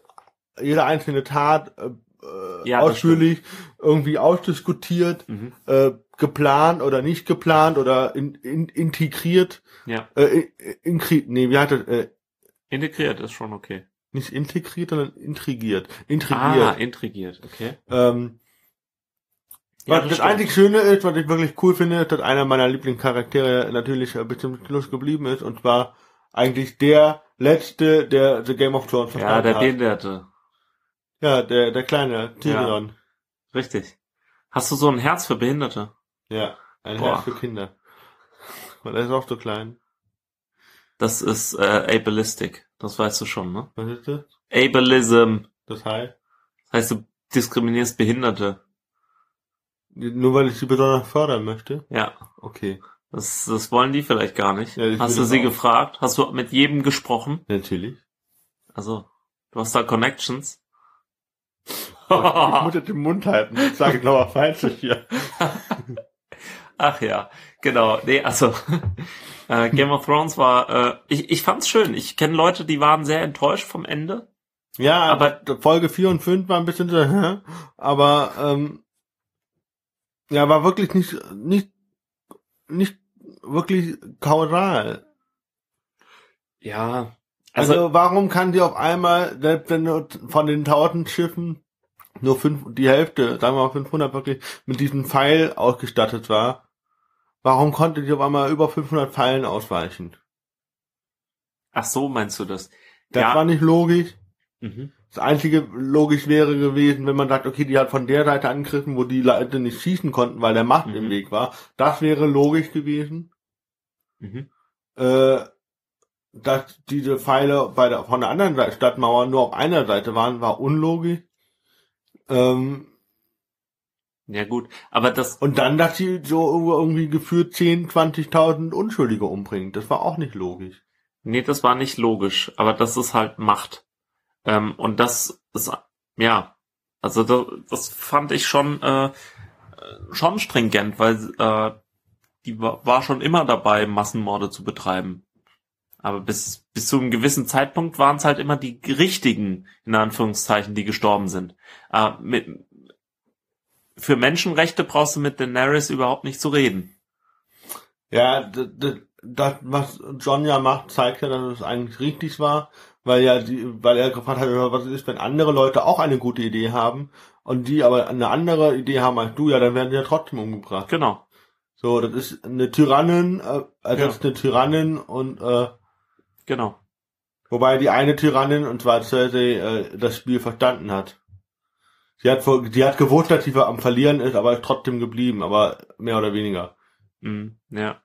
jede einzelne Tat äh, äh,
Ja, das
ausführlich irgendwie ausdiskutiert,
Mhm.
äh, geplant oder nicht geplant oder in, in, integriert.
Ja,
Äh, in, in, nee, wie hat das? Äh,
integriert ist schon okay.
nicht integriert, sondern intrigiert. Intrigiert.
Ah, intrigiert, okay.
Ähm,
Ah, Ja,
was
das
das
stimmt.
einzig Schöne ist, was ich wirklich cool finde, ist, dass einer meiner Lieblingscharaktere natürlich äh, bis zum Schluss geblieben ist und zwar eigentlich der letzte, der The Game of Thrones
Ja, der
hat.
Behinderte.
ja, der, der kleine Tyrion.
Richtig. Hast du so ein Herz für Behinderte?
Ja, ein
Boah.
Herz für Kinder. Und er ist auch so klein.
Das ist äh, ableistic. Das weißt du schon, ne?
Was ist das?
Ableism.
Das heißt,
Das heißt, du diskriminierst Behinderte.
nur weil ich sie besonders fördern möchte.
Ja.
Okay,
Das, das wollen die vielleicht gar nicht.
Ja, ich
Hast
will
du
das
sie
auch.
gefragt? Hast du mit jedem gesprochen?
natürlich.
Also, du hast da Connections.
Ich muss jetzt den Mund halten. Ich sage genau, genauer falsch hier.
Ach ja, genau. Nee, also äh, Game of Thrones war, äh, ich, ich fand's schön. Ich kenne Leute, die waren sehr enttäuscht vom Ende.
Ja,
Aber-
aber Folge 4 und 5 war ein bisschen so, hä? aber ähm, ja, war wirklich nicht nicht nicht wirklich kaural.
Ja.
Also,
Also,
warum kann die auf einmal selbst wenn du von den tausend Schiffen nur fünf die Hälfte, sagen wir mal 500 wirklich mit diesem Pfeil ausgestattet war? Warum konnte die auf einmal über 500 Pfeilen ausweichen?
ach so meinst du das?
Das
Ja.
war nicht logisch.
Mhm.
Das einzige logisch wäre gewesen, wenn man sagt, okay, die hat von der Seite angegriffen, wo die Leute nicht schießen konnten, weil der Macht
Mhm.
im Weg war. Das wäre logisch gewesen,
Mhm.
äh, dass diese Pfeile bei der, von der anderen Seite, Stadtmauer nur auf einer Seite waren, war unlogisch. Ähm,
Ja gut, aber das,
und dann, dass sie so irgendwo irgendwie geführt 10, 20.000 Unschuldige umbringt, das war auch nicht logisch.
nee, das war nicht logisch. Aber das ist halt Macht. Ähm, und das ist, ja, also das, das fand ich schon, äh, schon stringent, weil äh, die wa- war schon immer dabei, Massenmorde zu betreiben. Aber bis, bis zu einem gewissen Zeitpunkt waren es halt immer die richtigen, in Anführungszeichen, die gestorben sind. Äh, mit, für Menschenrechte brauchst du mit Daenerys überhaupt nicht zu reden.
Ja, d- d- das, was John ja macht, zeigt ja, dass es eigentlich richtig war, weil ja die, weil er gefragt hat, was ist, wenn andere Leute auch eine gute Idee haben und die aber eine andere Idee haben als du, ja, dann werden die ja trotzdem umgebracht.
Genau.
So, das ist eine Tyrannin, äh, also
Ja.
das ist eine Tyrannin und äh,
Genau.
wobei die eine Tyrannin und zwar Cersei äh, das Spiel verstanden hat. Sie hat, vor- sie hat gewusst, dass sie am Verlieren ist, aber ist trotzdem geblieben, aber mehr oder weniger.
Mhm. Ja.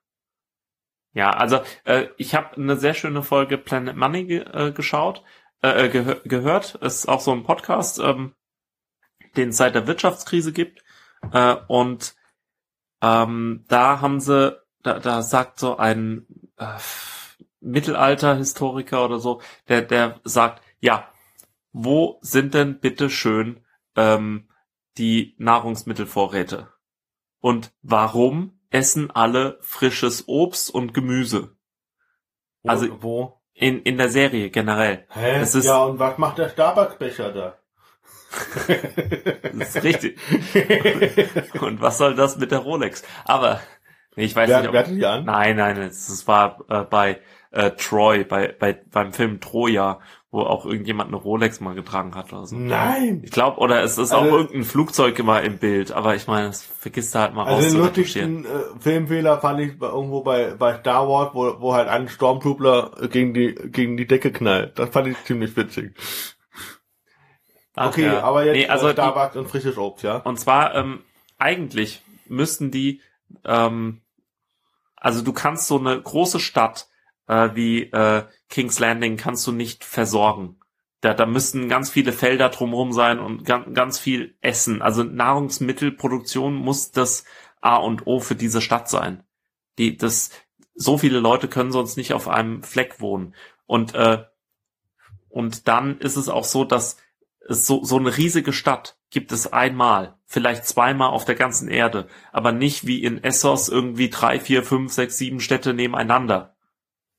Ja, also äh, ich habe eine sehr schöne Folge Planet Money ge äh, geschaut, äh, gehö gehört. Ist auch so ein Podcast, ähm, den es seit der Wirtschaftskrise gibt. Äh, und ähm, da haben sie, da, da sagt so ein äh, Mittelalterhistoriker oder so, der, der sagt, ja, wo sind denn bitte schön ähm, die Nahrungsmittelvorräte? Und warum essen alle frisches Obst und Gemüse?
Wo-
Also-
wo?
In, in der Serie generell.
Hä?
Das ist-
ja, und was macht der Starbucks-Becher da?
Das ist richtig. Und was soll das mit der Rolex? Aber nee, ich weiß nicht,
wer,
ob.
wer hat die an?
Nein, nein, es es war äh, bei äh, Troy, bei, bei beim Film Troja, wo auch irgendjemand eine Rolex mal getragen hat oder so.
Nein!
Ich glaube, oder es ist auch
Also-
irgendein Flugzeug immer im Bild, aber ich meine, das vergisst du halt mal
Also den
rauszuretuschieren.
lustigsten äh, Filmfehler fand ich bei, irgendwo bei, bei Star Wars, wo, wo halt ein Stormtrooper äh, gegen die, gegen die Decke knallt. Das fand ich ziemlich witzig.
Ach
okay,
ja.
aber jetzt
nee, also
äh,
die,
Starbucks und frisches Obst, ja?
Und zwar, ähm, eigentlich müssten die, ähm, also du kannst so eine große Stadt äh, wie äh, King's Landing kannst du nicht versorgen. Da, da müssten ganz viele Felder drumherum sein und ganz, ganz viel Essen. Also Nahrungsmittelproduktion muss das A und O für diese Stadt sein. Die, das, so viele Leute können sonst nicht auf einem Fleck wohnen. Und, äh, und dann ist es auch so, dass es so, so eine riesige Stadt gibt es einmal, vielleicht zweimal auf der ganzen Erde, aber nicht wie in Essos irgendwie drei, vier, fünf, sechs, sieben Städte nebeneinander.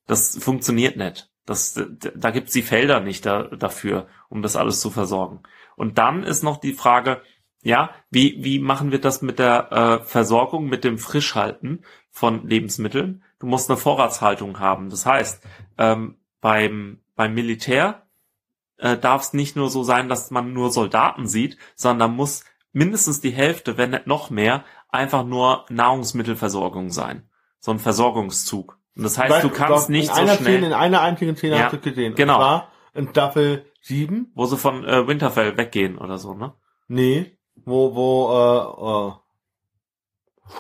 Das funktioniert nicht. Das, d- da gibt's die Felder nicht da, dafür, um das alles zu versorgen. Und dann ist noch die Frage, ja, wie, wie machen wir das mit der äh, Versorgung, mit dem Frischhalten von Lebensmitteln? Du musst eine Vorratshaltung haben. Das heißt, ähm, beim, beim Militär äh, darf es nicht nur so sein, dass man nur Soldaten sieht, sondern muss mindestens die Hälfte, wenn nicht noch mehr, einfach nur Nahrungsmittelversorgung sein. So ein Versorgungszug. Und das heißt,
Weißt
du kannst
doch,
nicht
in
so
einer Szene,
schnell,
In einer einzigen Szene
Ja,
hast du gesehen.
genau.
Und zwar in Staffel 7?
wo sie von äh, Winterfell weggehen oder so, ne?
Nee. Wo, wo, äh, äh,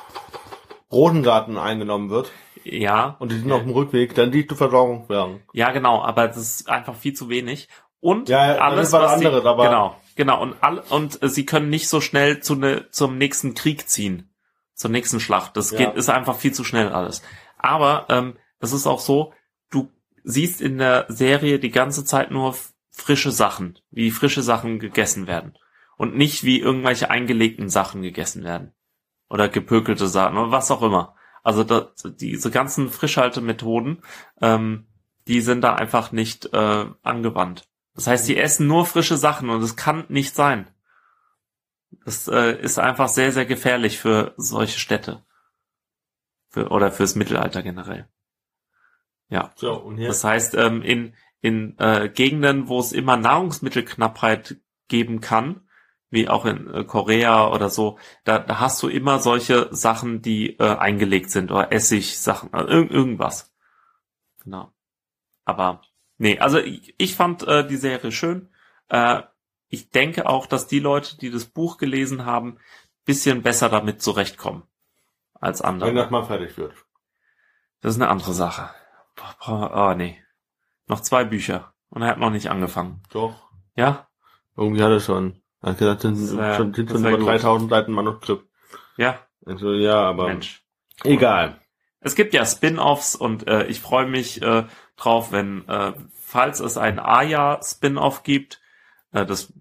Rosengarten eingenommen wird.
Ja,
und die sind auf dem Rückweg, dann liegt die Versorgung werden.
ja, genau, aber das ist einfach viel zu wenig. Und
Ja, ja,
alles,
das war
was
was
sie,
anderes, aber
genau, genau, und all, und äh, sie können nicht so schnell zu ne, zum nächsten Krieg ziehen, zur nächsten Schlacht. Das
Ja.
geht, ist einfach viel zu schnell alles. Aber ähm, es ist auch so, du siehst in der Serie die ganze Zeit nur f- frische Sachen, wie frische Sachen gegessen werden. und nicht wie irgendwelche eingelegten Sachen gegessen werden. Oder gepökelte Sachen oder was auch immer. Also das, diese ganzen Frischhaltemethoden, ähm, die sind da einfach nicht äh, angewandt. Das heißt, die essen nur frische Sachen und es kann nicht sein. Das äh, ist einfach sehr, sehr gefährlich für solche Städte. Für, oder fürs Mittelalter generell. Ja.
So, und
Das heißt, ähm, in, in äh, Gegenden, wo es immer Nahrungsmittelknappheit geben kann, wie auch in äh, Korea oder so, da, da hast du immer solche Sachen, die äh, eingelegt sind oder Essigsachen, also irg irgendwas. Genau. Aber nee, also ich, ich fand äh, die Serie schön. Äh, ich denke auch, dass die Leute, die das Buch gelesen haben, bisschen besser damit zurechtkommen als andere.
wenn das mal fertig wird.
Das ist eine andere Sache. Boah, boah, oh nee. Noch zwei Bücher. Und er hat noch nicht angefangen.
Doch.
Ja?
Irgendwie hat er schon. Er hat gesagt, sind,
Das wär-
schon, sind
das
schon
wär
über
gut.
3000 Seiten Manuskript.
Ja,
Also, ja, aber
Mensch.
egal.
Es gibt ja Spin-Offs und äh, ich freue mich äh, drauf, wenn, äh, falls es ein Aya-Spin-Off gibt, äh, das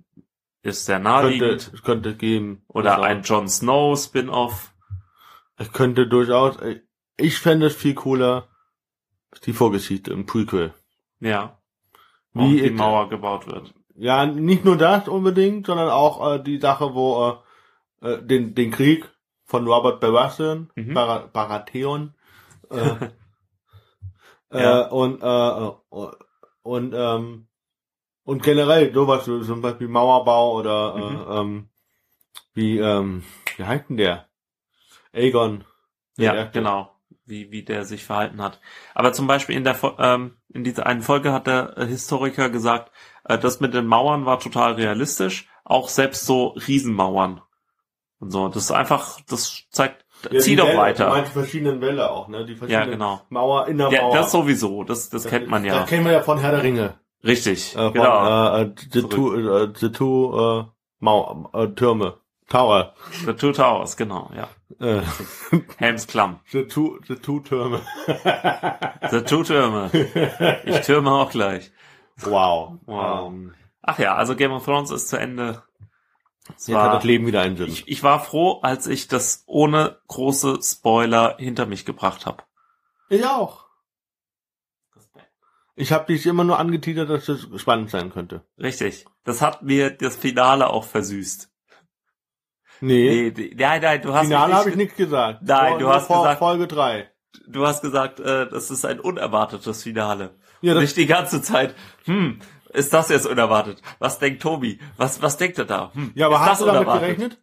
ist sehr
Könnte,
naheliegend.
es könnte geben.
Oder
Also,
ein Jon Snow-Spin-Off.
Es könnte durchaus. Ich fände es viel cooler, die Vorgeschichte im Prequel.
Ja. Wo
Wie
die
it-
Mauer gebaut wird.
Ja, nicht nur das unbedingt, sondern auch äh, die Sache, wo äh, äh, den, den Krieg von Robert Baratheon,
Mhm.
Bar Baratheon, äh,
Ja.
äh, und, äh, äh, und, ähm, und generell sowas, so zum Beispiel Mauerbau oder
Mhm.
äh, ähm, wie, ähm, wie heißt denn der? Aegon. Der
Ja,
Erste.
genau. Wie, wie der sich verhalten hat. Aber zum Beispiel in der Fol- ähm, in dieser einen Folge hat der äh, Historiker gesagt, äh, das mit den Mauern war total realistisch, auch selbst so Riesenmauern. Und so. Das ist einfach, das zeigt,
Ja,
zieh
die
doch
Welle,
weiter.
Du meinst die verschiedenen Welle auch, ne? Die
ja,
verschiedenen
genau.
Mauer, Innermauer.
Ja, das sowieso, das, das kennt man ja.
Das kennen wir ja von Herr der Ringe.
Richtig,
Äh, von,
genau.
äh, äh, the two, äh, the two äh, Mau äh, Türme. Tower.
The Two Towers, genau, ja.
Äh,
Helms Klamm.
the, two, the two Türme.
The Two Türme. Ich türme auch gleich.
wow.
Wow.
Ähm,
Ach ja, also Game of Thrones ist zu Ende. Es
jetzt hat das Leben wieder einen Sinn.
Ich, ich war froh, als ich das ohne große Spoiler hinter mich gebracht habe.
Ich auch. Ich habe dich immer nur angeteasert, dass das spannend sein könnte.
Richtig. Das hat mir das Finale auch versüßt.
Nee.
Nee, nee, nein, nein, du hast,
Finale habe
mich
ich
nicht,
nichts gesagt.
Nein,
Vor-
du
nur
hast
vor
gesagt-
Folge drei.
du hast gesagt, äh, das ist ein unerwartetes Finale.
Ja, das,
Nicht die ganze Zeit, hm, ist das jetzt unerwartet? Was denkt Tobi? Was, was denkt er da? Hm,
ja aber
ist das
hast du damit
unerwartet?
gerechnet?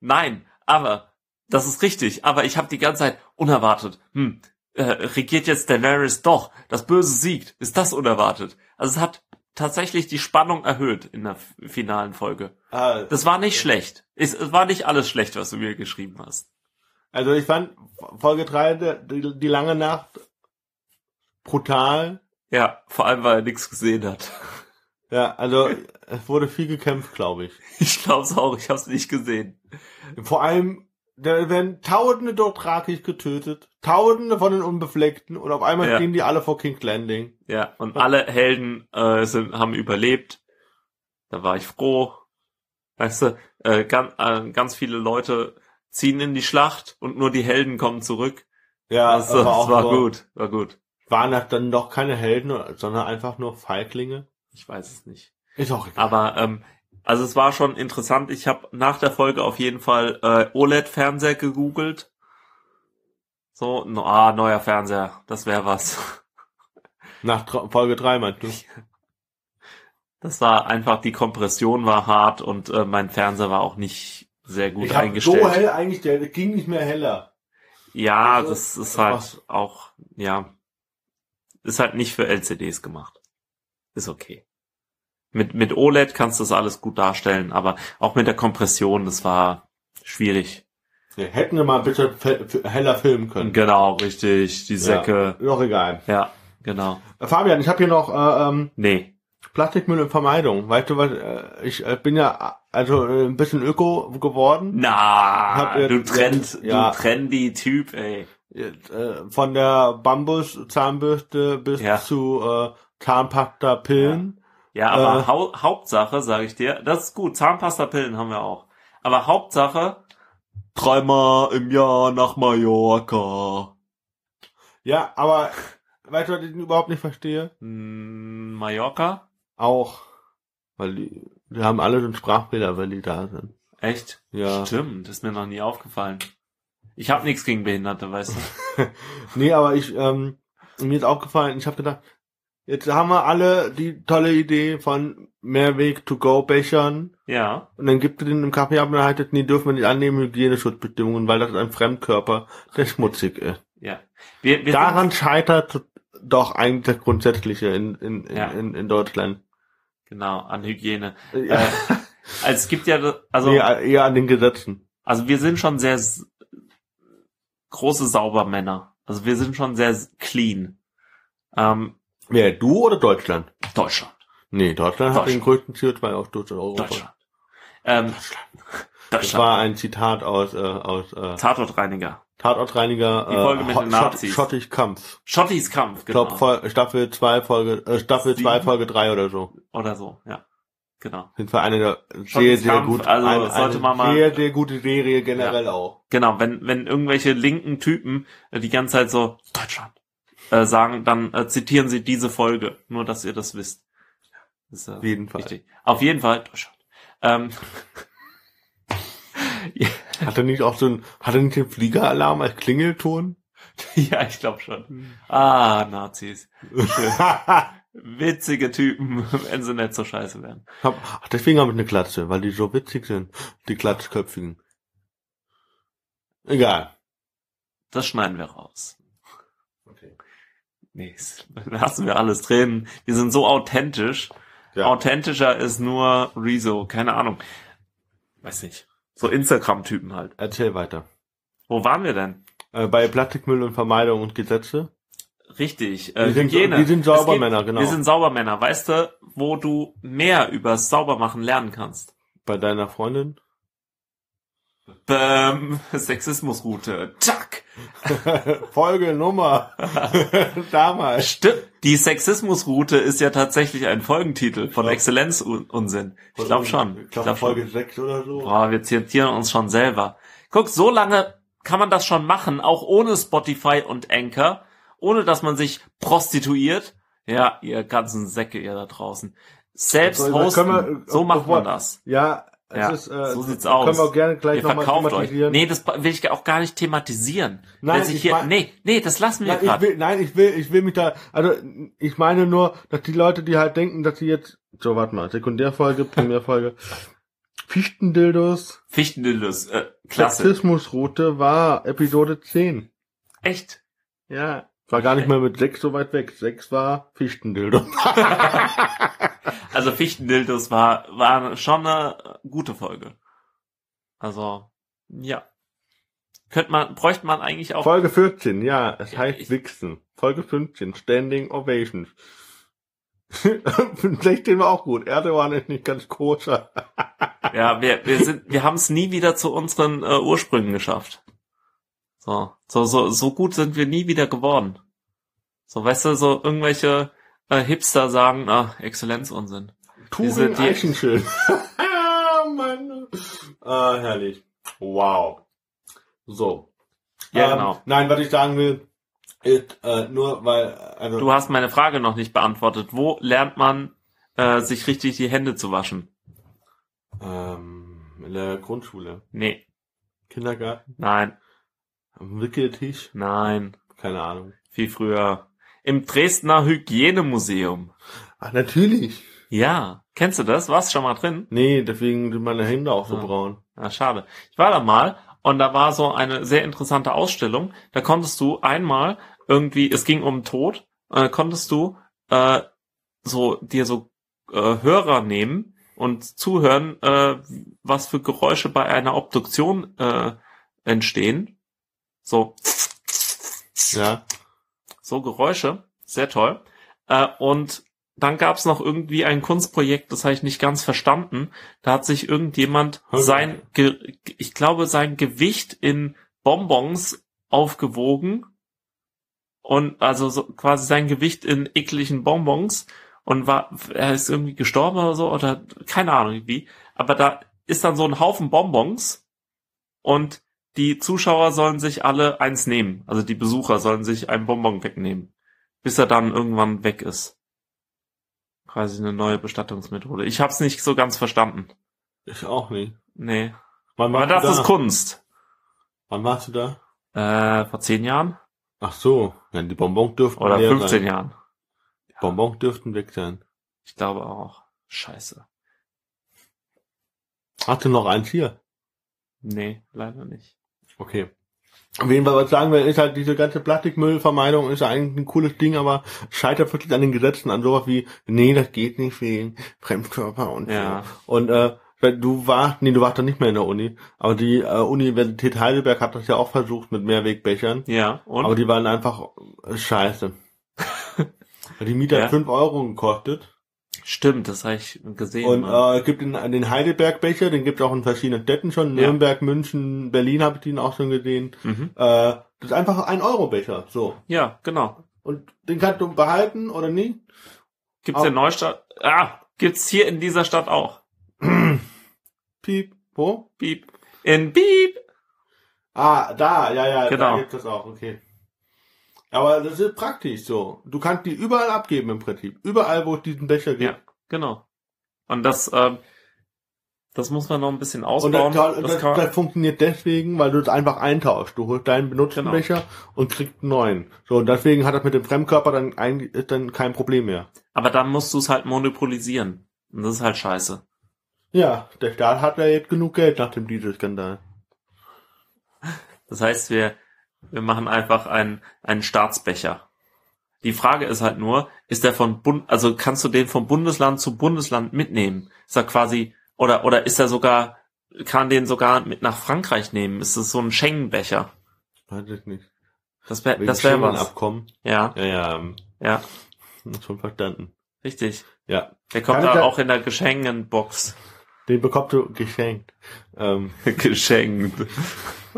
Nein, aber das ist richtig. Aber ich habe die ganze Zeit unerwartet. Hm, äh, regiert jetzt Daenerys doch? Das Böse siegt. Ist das unerwartet? Also es hat tatsächlich die Spannung erhöht in der f- finalen Folge.
Ah,
Das war nicht schlecht. Es, es war nicht alles schlecht, was du mir geschrieben hast.
Also ich fand Folge 3, der- die, die lange Nacht, brutal.
Ja, vor allem, weil er nichts gesehen hat.
Ja, also es wurde viel gekämpft, glaube ich.
Ich glaub's auch, ich hab's nicht gesehen.
Vor allem, da werden Tausende Dothrakis getötet, Tausende von den Unbefleckten und auf einmal
Ja.
stehen die alle vor King's Landing.
Ja, und alle Helden äh, sind, haben überlebt. Da war ich froh. Weißt du, äh, ganz, äh, ganz viele Leute ziehen in die Schlacht und nur die Helden kommen zurück.
Ja,
also, das war
so.
gut, war gut.
Waren das dann doch keine Helden, sondern einfach nur Feiglinge?
Ich weiß es nicht.
Ist auch egal.
Aber ähm, also es war schon interessant. Ich habe nach der Folge auf jeden Fall äh, OLED-Fernseher gegoogelt. So, no, ah, neuer Fernseher, das wäre was.
Nach Tro- Folge 3 meinst du?
Das war einfach, die Kompression war hart und äh, mein Fernseher war auch nicht sehr gut
ich hab
eingestellt.
so hell eingestellt, es ging nicht mehr heller.
Ja,
Also,
das ist
das
halt
war's.
auch, ja, ist halt nicht für LCDs gemacht. Ist okay. Mit, mit OLED kannst du das alles gut darstellen, aber auch mit der Kompression, das war schwierig.
Ja, hätten wir mal ein bisschen fe- fe- heller filmen können.
Genau, richtig, die Säcke.
Doch egal.
Ja, genau.
Äh, Fabian, ich habe hier noch äh, ähm,
Nee,
Plastikmüll und Vermeidung. Weißt du was? Äh, ich äh, bin ja äh, also äh, ein bisschen Öko geworden
na,
Hab jetzt-
du trennt,
Ja.
du trendy Typ, ey.
Jetzt, äh, von der Bambus Zahnbürste bis
Ja.
zu äh, Zahnpasta Pillen
Ja, aber
Äh.
hau Hauptsache, sage ich dir, das ist gut. Zahnpasta-Pillen haben wir auch. Aber Hauptsache, dreimal im Jahr nach Mallorca.
Ja, aber weißt du, was ich überhaupt nicht verstehe?
Hm, Mallorca?
Auch, weil die, die haben alle so einen Sprachfehler, weil die da sind.
Echt?
Ja.
Stimmt, ist mir noch nie aufgefallen. Ich habe nichts gegen Behinderte, weißt du.
Nee, aber ich, ähm, mir ist aufgefallen, ich habe gedacht, jetzt haben wir alle die tolle Idee von Mehrweg-to-go-Bechern
Ja,
und dann gibt es den im Kaffee ab und dann heißt es, nee, dürfen wir nicht annehmen, Hygieneschutzbestimmungen, weil das ein Fremdkörper, der schmutzig ist.
ja. Wir, wir sind,
Daran scheitert doch eigentlich das Grundsätzliche in, in, in,
Ja.
in, in Deutschland.
genau, an Hygiene.
Ja.
Also es gibt ja, also,
nee, eher an den Gesetzen.
also wir sind schon sehr s- große Saubermänner. Also wir sind schon sehr s- clean. Ähm,
Wer, du oder Deutschland?
Deutschland.
Nee, Deutschland, hat den
Deutschland.
größten CO2-Ausstoß in Europa.
Deutschland. Ähm,
Das
Deutschland.
war ein Zitat aus, äh, aus äh,
Tatortreiniger.
Tatortreiniger
Die Folge
äh,
mit
Ho-
den
Schott-
Nazis.
Schottisch Kampf.
Schottis Kampf,
Ich
genau.
glaub, Fol- Staffel 2, Folge, äh, Staffel
Sieben.
2, Folge 3 oder so.
Oder so, ja. Genau.
Auf jeden Fall eine der sehr,
Schottisch
sehr
Kampf,
gut,
also
eine,
sollte man mal-
sehr, sehr gute Serie generell auch.
Genau, wenn, wenn irgendwelche linken Typen äh, die ganze Zeit so Deutschland äh, sagen, dann äh, zitieren sie diese Folge. Nur, dass ihr das wisst. Das ist, äh,
Auf jeden Fall.
Richtig. Auf jeden Fall Deutschland. Ähm,
Hatte nicht auch so ein, hatte nicht den Fliegeralarm als Klingelton?
ja, ich glaube schon.
Hm.
Ah, Nazis.
hab,
Witzige Typen, wenn sie nicht so scheiße wären.
ach, deswegen habe ich eine Klatsche, weil die so witzig sind. Die Klatschköpfigen. Egal.
Das schneiden wir raus.
Okay.
Nee, das lassen wir alles drin. Wir sind so authentisch.
Ja.
Authentischer ist nur Rezo, keine Ahnung. Weiß nicht. So Instagram-Typen halt.
Erzähl weiter.
Wo waren wir denn?
Äh, bei Plastikmüll und Vermeidung und Gesetze.
Richtig,
Wir
äh,
sind-
Hygiene.
wir sind
Es geht-
Saubermänner, genau.
Wir sind Saubermänner. Weißt du, wo du mehr über Saubermachen lernen kannst?
Bei deiner Freundin.
Bäm, Sexismusroute. Zack.
Folge Nummer. Damals.
Stimmt. Die Sexismusroute ist ja tatsächlich ein Folgentitel von
Ja.
Exzellenzunsinn. Ich glaube schon.
Ich glaube
schon.
Folge 6 oder so.
Boah, wir zitieren uns schon selber. Guck, so lange kann man das schon machen, auch ohne Spotify und Anchor, ohne dass man sich prostituiert. Ja, ihr ganzen Säcke, ihr da draußen. Selbst
Also,
hosten,
können wir-
so macht
bevor-
man das.
Ja, es
Ja,
ist, äh,
so sieht's
können
aus.
wir auch gerne gleich
Ihr
nochmal
verkauft euch.
thematisieren.
Nee, das will ich auch gar nicht thematisieren.
Nein,
Wer sich
ich
hier,
mein-
nee, nee, das lassen wir
Nein, ich
gerade.
will, nein, ich will, ich will mich da, also ich meine nur, dass die Leute, die halt denken, dass sie jetzt, so warte mal, Sekundärfolge, Primärfolge, Fichtendildos,
Fichtendildos, äh, klasse.
Klassismusroute war Episode 10.
Echt?
Ja, war gar nicht mehr mit 6 so weit weg. 6 war Fichtendildos.
Also Fichtendildos war, war schon eine gute Folge. Also, ja. Könnte man, bräuchte man eigentlich auch
Folge 14, ja, es
Ja,
heißt
ich-
Wichsen. Folge 15, Standing Ovations. 16 war auch gut. Erdogan ist nicht ganz koscher.
Ja, wir, wir sind, wir haben es nie wieder zu unseren äh, Ursprüngen geschafft. So, so, so, so gut sind wir nie wieder geworden. So, weißt du, so irgendwelche äh, Hipster sagen, ah, Exzellenzunsinn. Diese-
Turing
die-
Eichenschild. ah, Mann. Ah, herrlich. Wow. So.
Ja,
Ähm,
genau.
Nein, was ich sagen will, ist, äh, nur weil, also,
Du hast meine Frage noch nicht beantwortet. Wo lernt man, äh, sich richtig die Hände zu waschen?
ähm, in der Grundschule,
Nee,
Kindergarten,
nein,
am Wickeltisch,
nein,
keine Ahnung.
viel früher. Im Dresdner Hygienemuseum.
Ach, natürlich.
Ja, kennst du das? Warst schon mal drin?
Nee, deswegen sind meine Hände auch so
Ah.
braun.
Ah, schade. Ich war da mal und da war so eine sehr interessante Ausstellung. Da konntest du einmal irgendwie, es ging um Tod, äh, konntest du äh, so dir so äh, Hörer nehmen und zuhören, äh, was für Geräusche bei einer Obduktion äh, entstehen. So,
Ja.
so Geräusche, sehr toll. Äh, und dann gab's noch irgendwie ein Kunstprojekt, das habe ich nicht ganz verstanden. Da hat sich irgendjemand
Okay.
sein, Ge ich glaube, sein Gewicht in Bonbons aufgewogen und also so quasi sein Gewicht in ekligen Bonbons und war, er ist irgendwie gestorben oder so oder keine Ahnung wie. Aber da ist dann so ein Haufen Bonbons und die Zuschauer sollen sich alle eins nehmen. Also die Besucher sollen sich ein Bonbon wegnehmen. Bis er dann irgendwann weg ist. Quasi eine neue Bestattungsmethode. Ich hab's nicht so ganz verstanden.
Ich auch nicht.
Nee.
Wann
Aber
warst
das
du da?
ist Kunst.
Wann warst du da?
Äh, vor zehn Jahren?
Ach so. Ja, die Bonbons dürften
Oder
leer
15
sein.
Jahren.
Bonbons dürften weg sein.
Ich glaube auch. Scheiße.
Hast du noch eins hier?
Nee, leider nicht.
Okay. Auf jeden Fall, was ich sagen will, ist halt diese ganze Plastikmüllvermeidung ist ja eigentlich ein cooles Ding, aber scheitert wirklich an den Gesetzen, an sowas wie, nee, das geht nicht wegen Fremdkörper und
Ja.
so. Und äh, du warst, nee, du warst doch nicht mehr in der Uni, aber die äh, Universität Heidelberg hat das ja auch versucht mit Mehrwegbechern,
Ja, und?
aber die waren einfach äh, scheiße. die Miete
Ja.
hat 5 Euro gekostet.
Stimmt, das habe ich gesehen.
Und
Mann.
äh, es gibt den, den Heidelberg-Becher, den gibt es auch in verschiedenen Städten schon.
Ja.
Nürnberg, München, Berlin habe ich den auch schon gesehen.
mhm.
Äh, das ist einfach ein Euro-Becher. So.
Ja, genau.
Und den kannst du behalten oder nie?
Gibt's
Au-
in Neustadt? Ah, gibt's hier in dieser Stadt auch.
Piep. Wo?
Piep. In Piep.
Ah, da, ja, ja,
Genau.
da gibt es auch, okay. Aber das ist praktisch so. Du kannst die überall abgeben im Prinzip. Überall, wo es diesen Becher gibt.
Ja, genau. Und das, ähm, das muss man noch ein bisschen
Und das,
ausbauen.
das,
das
das,
kann man,
funktioniert deswegen, weil du es einfach eintauschst. Du holst deinen benutzten
Genau.
Becher und kriegst einen neuen. So, und deswegen hat das mit dem Fremdkörper dann eigentlich ist dann kein Problem mehr.
aber dann musst du es halt monopolisieren. Und das ist halt scheiße.
Ja, der Staat hat ja jetzt genug Geld nach dem Dieselskandal.
Das heißt, wir, wir machen einfach einen, einen Staatsbecher. Die Frage ist halt nur, ist der von Bund, also kannst du den von Bundesland zu Bundesland mitnehmen? Ist er quasi, oder, oder ist er sogar, kann den sogar mit nach Frankreich nehmen? Ist es so ein Schengen-Becher?
Weiß ich nicht.
Das wäre,
Wegen
das wäre was.
Schengen-Abkommen.
Ja,
Ja, ja, ähm,
ja,
schon Hm, verstanden.
richtig.
Ja,
Der kommt
Kann ich
da
da-
auch in der Geschenken-Box.
den bekommst du geschenkt. Ähm,
Geschenkt.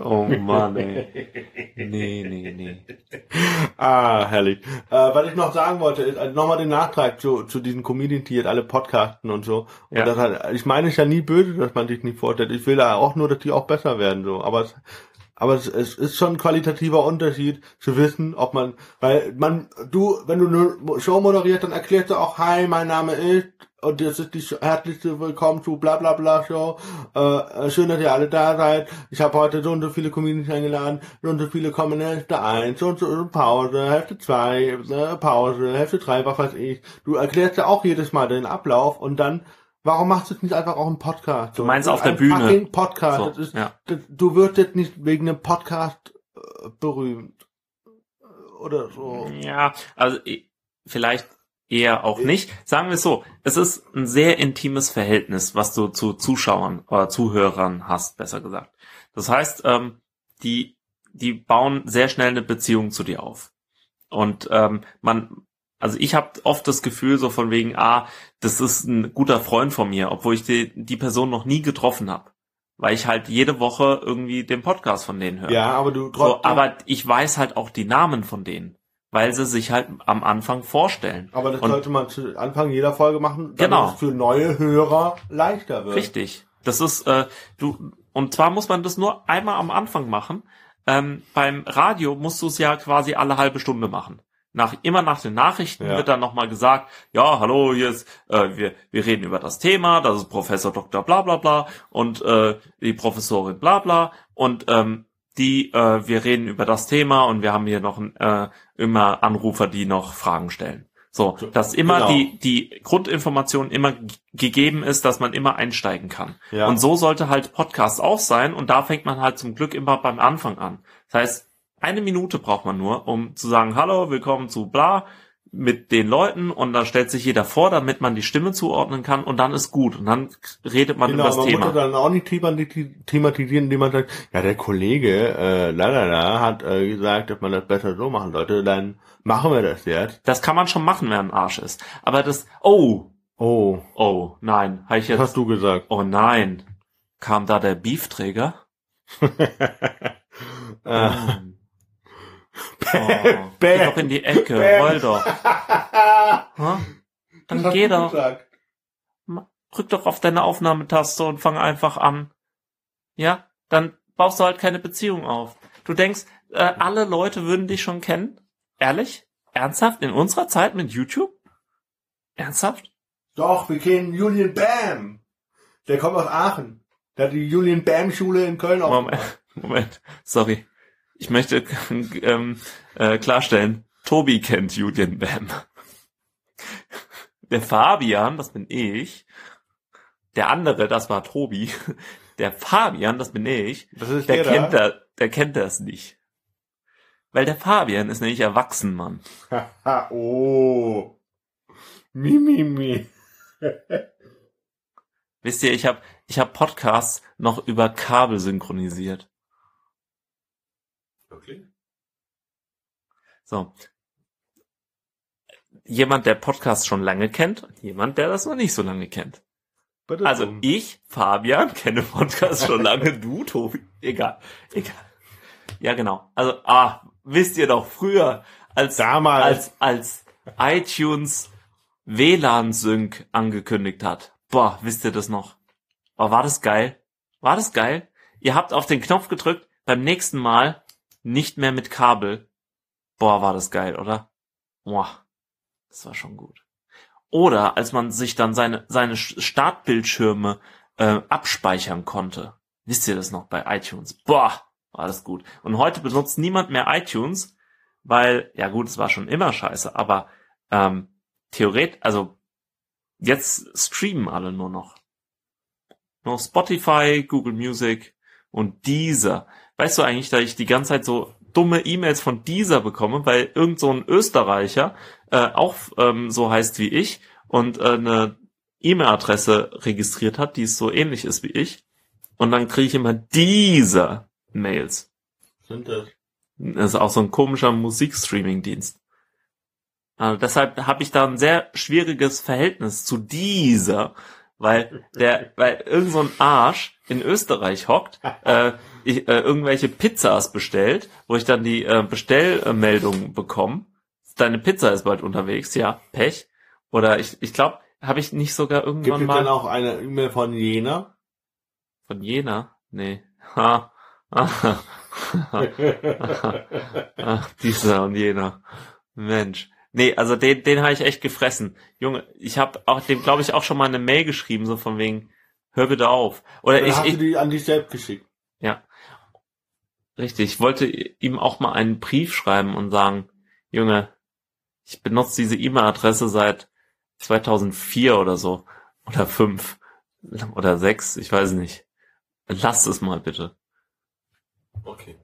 Oh Mann, ey. Nee, nee, nee.
ah, herrlich. Äh, was ich noch sagen wollte, ist also nochmal den Nachtrag zu, zu diesen Comedian, die jetzt alle podcasten und so. Und
Ja.
das hat, ich meine es ist ja nie böse, dass man sich nicht vorstellt. Ich will ja auch nur, dass die auch besser werden, so. Aber es, aber es, es ist schon ein qualitativer Unterschied zu wissen, ob man, weil man, du, wenn du eine Show moderierst, dann erklärst du auch, hi, mein Name ist, und das ist die Sch- herzlichste Willkommen zu bla bla bla Show. Äh, äh, schön, dass ihr alle da seid. Ich habe heute so und so viele Comedians eingeladen, so und so viele kommen ne, Hälfte 1, so und so Pause, Hälfte 2, äh, Pause, Hälfte 3, was weiß ich. Du erklärst ja auch jedes Mal den Ablauf und dann, warum machst du es nicht einfach auch einen Podcast? Du
meinst auf der Bühne.
Fucking Podcast.
So,
das ist,
ja.
das, du wirst jetzt nicht wegen einem Podcast äh, berühmt. Oder so.
Ja, also eh, vielleicht eher auch nicht. Sagen wir es so, es ist ein sehr intimes Verhältnis, was du zu Zuschauern oder Zuhörern hast, besser gesagt. Das heißt, ähm, die, die bauen sehr schnell eine Beziehung zu dir auf. Und ähm, man, also ich habe oft das Gefühl so von wegen, ah, das ist ein guter Freund von mir, obwohl ich die, die Person noch nie getroffen habe. Weil ich halt jede Woche irgendwie den Podcast von denen höre.
Ja, aber du
So, aber ich weiß halt auch die Namen von denen, weil sie sich halt am Anfang vorstellen.
Aber das
Und-
sollte man zu Anfang jeder Folge machen, damit
Genau.
es für neue Hörer leichter wird.
Richtig. Das ist, äh, du, und zwar muss man das nur einmal am Anfang machen. Ähm, beim Radio musst du es ja quasi alle halbe Stunde machen. Nach, immer nach den Nachrichten
Ja.
wird dann nochmal gesagt, ja, hallo, hier ist, äh, wir, wir reden über das Thema, das ist Professor Dr. bla bla bla und äh, die Professorin bla bla und ähm, die, äh, wir reden über das Thema und wir haben hier noch äh, immer Anrufer, die noch Fragen stellen. So,
So,
dass immer
genau.
die, die Grundinformation immer g- gegeben ist, dass man immer einsteigen kann.
Ja.
Und so sollte halt Podcast auch sein und da fängt man halt zum Glück immer beim Anfang an. Das heißt, eine Minute braucht man nur, um zu sagen, hallo, willkommen zu bla mit den Leuten und da stellt sich jeder vor, damit man die Stimme zuordnen kann und dann ist gut und dann redet man
Genau,
über das
man
Thema.
muss das dann auch nicht themati- thematisieren, indem man sagt, ja, der Kollege, äh, la la la, hat äh, gesagt, dass man das besser so machen sollte, dann machen wir das jetzt.
Das kann man schon machen, wer ein Arsch ist. Aber das, oh,
Oh,
oh, nein, habe ich
das
jetzt,
hast du gesagt.
oh nein, kam da der Beefträger?
äh,
Oh, geh doch in die Ecke,
Bam.
roll doch. Hä? Dann
hast
geh
du
doch.
gesagt.
Drück doch auf deine Aufnahmetaste und fang einfach an. Ja? Dann baust du halt keine Beziehung auf. Du denkst, äh, alle Leute würden dich schon kennen? Ehrlich? Ernsthaft? In unserer Zeit mit YouTube? Ernsthaft?
Doch, wir kennen Julian Bam. Der kommt aus Aachen. Der hat die Julian Bam Schule in Köln auch.
Moment, Moment, sorry. Ich möchte ähm, äh, klarstellen, Tobi kennt Julian Bam. Der Fabian, das bin ich. Der andere, das war Tobi. Der Fabian, das bin ich.
Das ist
Der
jeder.
kennt da, der kennt das nicht. Weil der Fabian ist nämlich erwachsen, Mann.
Haha, oh. Mi, mi, mi.
Wisst ihr, ich habe ich hab Podcasts noch über Kabel synchronisiert.
Wirklich?
So. Jemand, der Podcasts schon lange kennt, und jemand, der das noch nicht so lange kennt.
Bitte
Also
drum.
ich, Fabian, kenne Podcasts schon lange, du, Tobi. Egal. Egal. Ja, genau. Also, ah, wisst ihr doch, früher, als,
damals.
als, als iTunes WLAN-Sync angekündigt hat. Boah, wisst ihr das noch? Oh, war das geil? War das geil? Ihr habt auf den Knopf gedrückt, beim nächsten Mal nicht mehr mit Kabel. Boah, war das geil, oder? Boah, das war schon gut. Oder als man sich dann seine, seine Sch- Startbildschirme äh, abspeichern konnte. Wisst ihr das noch bei iTunes? Boah, war das gut. Und heute benutzt niemand mehr iTunes, weil, ja gut, es war schon immer scheiße, aber ähm, theoretisch, also jetzt streamen alle nur noch. Nur Spotify, Google Music und dieser. Weißt du eigentlich, dass ich die ganze Zeit so dumme E-Mails von dieser bekomme, weil irgend so ein Österreicher äh, auch ähm, so heißt wie ich und äh, eine E-Mail-Adresse registriert hat, die so ähnlich ist wie ich. Und dann kriege ich immer dieser Mails.
Sind das?
Das ist Also auch so ein komischer Musikstreaming-Dienst. Also deshalb habe ich da ein sehr schwieriges Verhältnis zu dieser, weil der, weil irgend so ein Arsch in Österreich hockt, äh, ich, äh, irgendwelche Pizzas bestellt, wo ich dann die äh, Bestellmeldung bekomme. Deine Pizza ist bald unterwegs, ja, Pech. Oder ich, ich glaube, habe ich nicht sogar
Gibt
irgendwann
es dann
mal
auch eine E-Mail von Jena?
von Jena? Nee. Ha. Ach, Ah, dieser und jener. Mensch. Nee, also den, den habe ich echt gefressen. Junge, ich habe auch dem, glaube ich, auch schon mal eine Mail geschrieben, so von wegen, hör bitte auf. Oder
Dann
ich,
hast du
ich,
die an dich selbst geschickt.
richtig, ich wollte ihm auch mal einen Brief schreiben und sagen, Junge, ich benutze diese E-Mail-Adresse seit 2004 oder so. Oder fünf. Oder sechs, ich weiß nicht. Lasst es mal bitte.
Okay.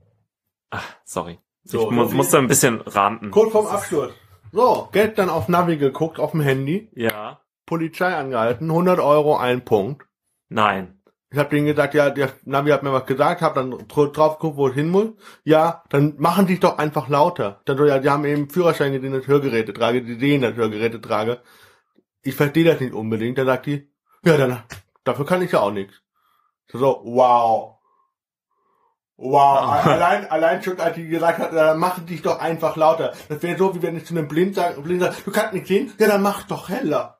Ach, sorry.
So,
ich mu
so viel-
muss da ein bisschen ranten.
Kurz vorm Absturz. So, Geld dann auf Navi geguckt, auf dem Handy.
Ja.
Polizei angehalten, 100 Euro, ein Punkt.
Nein.
Ich habe denen gesagt, ja, der Navi hat mir was gesagt, habe dann dr- drauf geguckt, wo ich hin muss. Ja, dann machen die es doch einfach lauter. Dann so, ja, die haben eben Führerschein, die das Hörgeräte trage, die denen das Hörgeräte trage. Ich verstehe das nicht unbedingt. Dann sagt die, ja, dann dafür kann ich ja auch nichts. So, wow. Wow,
Ah.
allein, allein schon, als die gesagt hat, ja, dann machen die es doch einfach lauter. Das wäre so, wie wenn ich zu einem Blind sage, Blind sag, du kannst nicht sehen, ja, dann mach doch heller.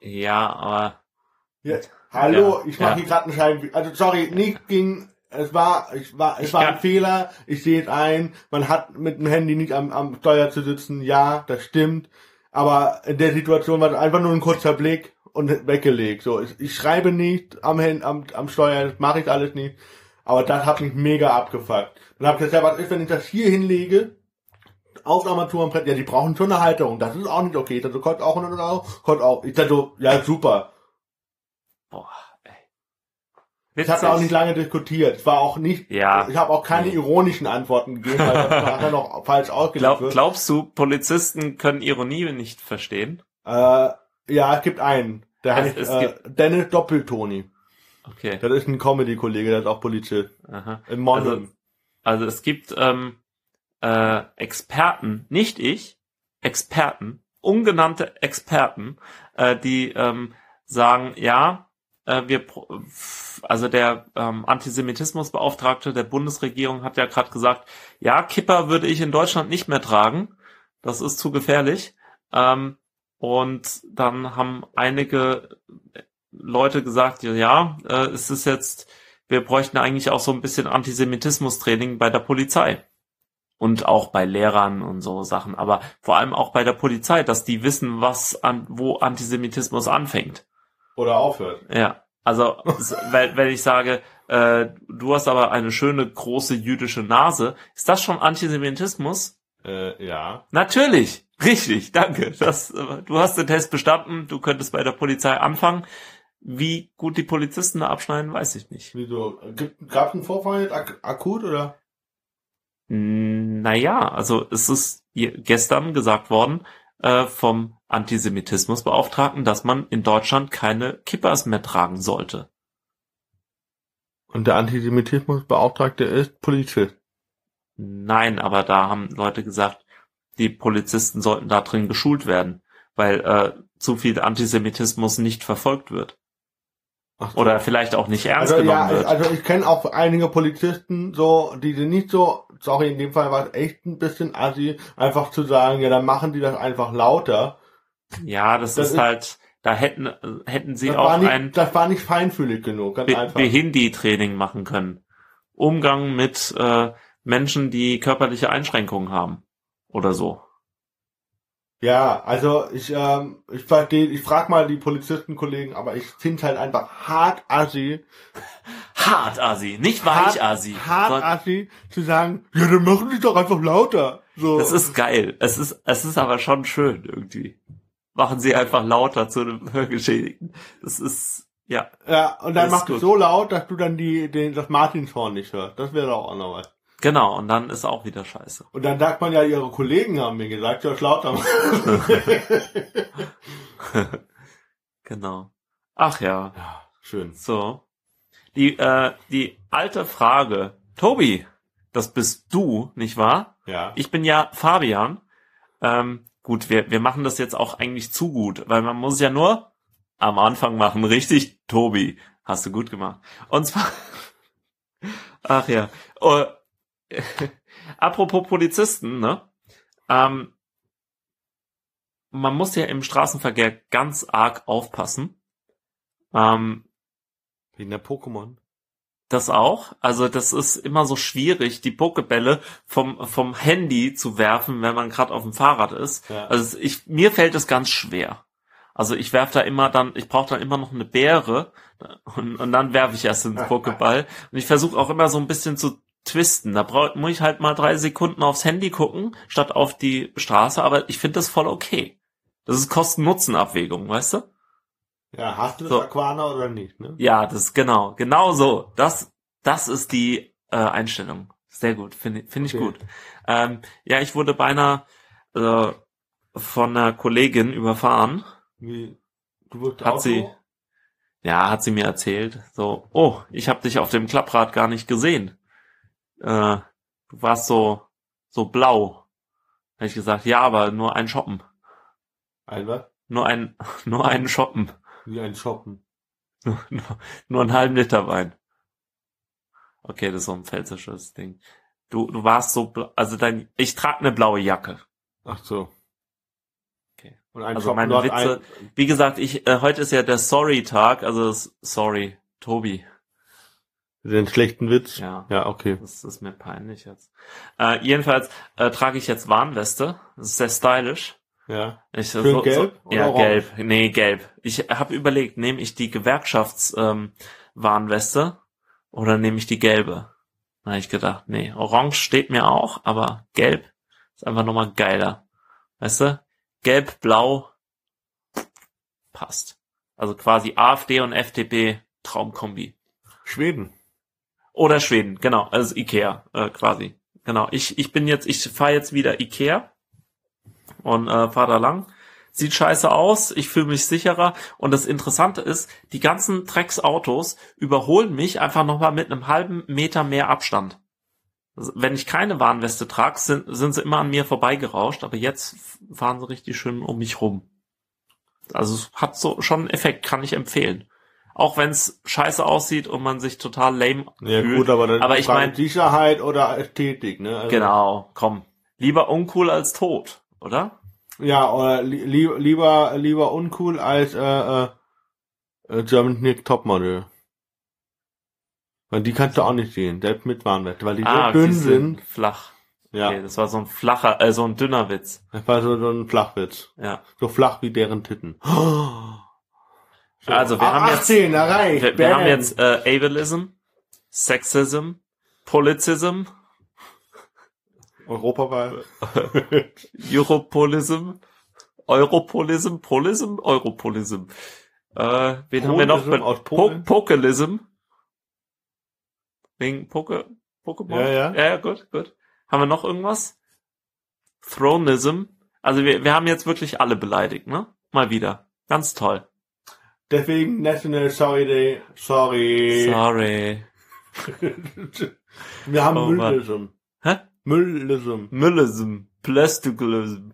Ja, aber
Ja. Hallo,
Ja,
ich mache
ja.
hier gerade einen Schein. Also sorry, nicht ging. Es war, ich war, es
Ich
war
kann-
ein Fehler. Ich sehe es ein. Man hat mit dem Handy nicht am, am Steuer zu sitzen. Ja, das stimmt. Aber in der Situation war es einfach nur ein kurzer Blick und weggelegt. So, ich, ich schreibe nicht am Hand, am, am Steuer. Das mache ich alles nicht. Aber das hat mich mega abgefuckt. Dann habe ich gesagt, ja, was ist, wenn ich das hier hinlege? Auf dem Armaturenbrett, ja, die brauchen schon eine Halterung. Das ist auch nicht okay. Ich dachte, so, kostet auch 100 Euro, kostet auch. Ich dachte, so, ja, super.
Boah, ey.
Ich habe da auch nicht lange diskutiert. Es war auch nicht.
Ja.
Ich habe auch keine
Nee.
ironischen Antworten gegeben, weil das nachher noch falsch ausgelegt
Glaub,
wird.
glaubst du, Polizisten können Ironie nicht verstehen?
Äh, ja, es gibt einen. Der
Es-
heißt
es
äh, Dennis Doppeltoni.
Okay.
Das ist ein Comedy-Kollege, der ist auch Polizist.
Aha.
In
Also,
Monum.
also es gibt ähm, äh, Experten, nicht ich, Experten, ungenannte Experten, äh, die ähm, sagen, ja, äh, wir, pro- f- also der ähm, Antisemitismusbeauftragte der Bundesregierung hat ja gerade gesagt, ja, Kipper würde ich in Deutschland nicht mehr tragen, das ist zu gefährlich. Ähm, Und dann haben einige Leute gesagt, ja, ja, äh, es ist jetzt, wir bräuchten eigentlich auch so ein bisschen Antisemitismus-Training bei der Polizei. Und auch bei Lehrern und so Sachen, aber vor allem auch bei der Polizei, dass die wissen, was an, wo Antisemitismus anfängt.
Oder aufhört.
Ja, also s- wenn, wenn ich sage, äh, du hast aber eine schöne große jüdische Nase, ist das schon Antisemitismus?
Äh, ja.
Natürlich, richtig, danke. Das, äh, du hast den Test bestanden, du könntest bei der Polizei anfangen. Wie gut die Polizisten da abschneiden, weiß ich nicht.
Wieso? Gab es einen Vorfall jetzt ak akut oder?
Mm, Naja, also es ist je- gestern gesagt worden äh, vom Antisemitismusbeauftragten, dass man in Deutschland keine Kippers mehr tragen sollte.
Und der Antisemitismusbeauftragte ist Polizist.
Nein, aber da haben Leute gesagt, die Polizisten sollten da drin geschult werden, weil äh, zu viel Antisemitismus nicht verfolgt wird.
Ach so.
Oder vielleicht auch nicht ernst
also, ja,
genommen wird.
ich, also ich kenne auch einige Polizisten, so, die sind nicht so, sorry, in dem Fall war es echt ein bisschen assi, einfach zu sagen, ja, dann machen die das einfach lauter.
Ja, das,
Das
ist,
ist-
halt, da hätten, äh, hätten sie
das,
auch
war nicht,
ein
das war nicht feinfühlig genug, ganz
Be-
einfach.
Behindi-Training machen können. Umgang mit äh, Menschen, die körperliche Einschränkungen haben. Oder so.
Ja, also ich, ähm, ich verstehe, ich frag mal die Polizistenkollegen, aber ich finde halt einfach hart assi,
Hart Asi, nicht
Hart-
weich Asi.
hart assi zu sagen, ja, dann machen die doch einfach lauter. So.
Das ist geil. Es ist, es ist aber schon schön irgendwie. Machen sie einfach lauter zu einem Hörgeschädigten. Das ist, ja,
Ja, und dann
Das ist
macht
gut.
es so laut, dass du dann die, den, das Martinshorn nicht hörst. Das wäre doch auch noch was.
genau. Und dann ist auch wieder scheiße.
Und dann sagt man ja, ihre Kollegen haben mir gesagt, ja, lauter machen.
genau. Ach ja.
ja, schön.
So. Die, äh, die alte Frage. Tobi, das bist du, nicht wahr?
Ja.
Ich bin ja Fabian. Ähm, gut, wir, wir machen das jetzt auch eigentlich zu gut, weil man muss ja nur am Anfang machen, richtig? Tobi, hast du gut gemacht. Und zwar, ach ja, Oh, apropos Polizisten, ne? Ähm, man muss ja im Straßenverkehr ganz arg aufpassen. Ähm,
Wegen der Pokémon.
das auch. Also das ist immer so schwierig, die Pokebälle vom, vom Handy zu werfen, wenn man gerade auf dem Fahrrad ist.
Ja.
Also ich, mir fällt es ganz schwer. Also ich werf da immer dann, ich brauche dann immer noch eine Beere und, und dann werfe ich erst den Pokéball. Und ich versuche auch immer so ein bisschen zu twisten. Da brauch, muss ich halt mal drei Sekunden aufs Handy gucken, statt auf die Straße. Aber ich finde das voll okay. Das ist Kosten-Nutzen-Abwägung, weißt du?
ja, hast du das
So.
Aquana oder nicht, ne?
Ja, das genau, genau so. Das, das ist die äh, Einstellung. Sehr gut, finde finde ich
Okay.
gut. Ähm, ja, ich wurde beinahe äh, von einer Kollegin überfahren.
Wie, du wirst
Hat
Auto?
sie- Ja, hat sie mir erzählt. So, oh, ich habe dich auf dem Klapprad gar nicht gesehen. Äh, du warst so so blau. Habe ich gesagt, ja, aber nur ein Shoppen,
Ein was?
nur ein nur einen Shoppen,
Wie ein Shoppen.
nur, nur, nur einen halben Liter Wein. Okay, das ist so ein pfälzisches Ding. Du du warst so bla- also dein ich trage eine blaue Jacke.
Ach so.
Okay.
Und ein
Also
Shoppen,
meine
du hast
Witze- Wie gesagt, ich äh, heute ist ja der Sorry Tag, also das, sorry Tobi.
Ein, den schlechten Witz. Ja,
Ja.
okay.
Das ist mir peinlich jetzt. Äh, jedenfalls äh, trage ich jetzt Warnweste. Das ist sehr stylisch.
Ja.
Ich,
Schön
so- so-
gelb oder
Ja,
orange?
gelb. Nee, gelb. Ich habe überlegt, nehme ich die Gewerkschafts-Warnweste oder nehme ich die gelbe? Da habe ich gedacht, nee, orange steht mir auch, aber gelb ist einfach nochmal geiler. Weißt du? Gelb, blau passt. Also quasi AfD und FDP Traumkombi.
Schweden.
Oder Schweden, genau, also Ikea äh, quasi. Genau, ich, ich bin jetzt, ich fahre jetzt wieder Ikea und äh, fahre da lang. Sieht scheiße aus, ich fühle mich sicherer und das Interessante ist, die ganzen Drecksautos überholen mich einfach nochmal mit einem halben Meter mehr Abstand. Also, Wenn ich keine Warnweste trage, sind, sind sie immer an mir vorbeigerauscht, aber jetzt f- fahren sie richtig schön um mich rum. Also es hat so schon einen Effekt, kann ich empfehlen. Auch wenn es scheiße aussieht und man sich total lame
Ja,
fühlt.
gut, aber dann
Aber ich
Frage
mein-
Sicherheit oder Ästhetik, ne? Also-
Genau, komm. Lieber uncool als tot, oder?
Ja, oder li li- lieber, lieber uncool als äh, äh, äh, German Nick Topmodel. Weil die kannst du auch nicht sehen, selbst mit Warnwert, weil die so dünn
die
sind.
Ah, flach.
Ja,
Okay, das war so ein flacher, äh, so ein dünner Witz.
das war so, so ein Flachwitz.
Ja.
So flach wie deren Titten. So.
Also, wir
Ah,
haben jetzt-
18, erreicht.
Wir, wir
Bam.
haben jetzt äh, Ableism, Sexism, Polizism,
Europawahl.
Europolism, Europolism, Polism, Europolism. Äh, wen haben wir noch?
Polism aus Polen?
Po Pokelism. Wegen Poke, Pokémon?
Ja, ja.
Ja, ja, gut, gut. Haben wir noch irgendwas? Thronism. Also wir, wir haben jetzt wirklich alle beleidigt, ne? Mal wieder. Ganz toll.
Deswegen National Sorry Day. Sorry.
Sorry.
wir haben
Oh,
Müllism.
Hä?
Müllism.
Müllism, Plasticalism.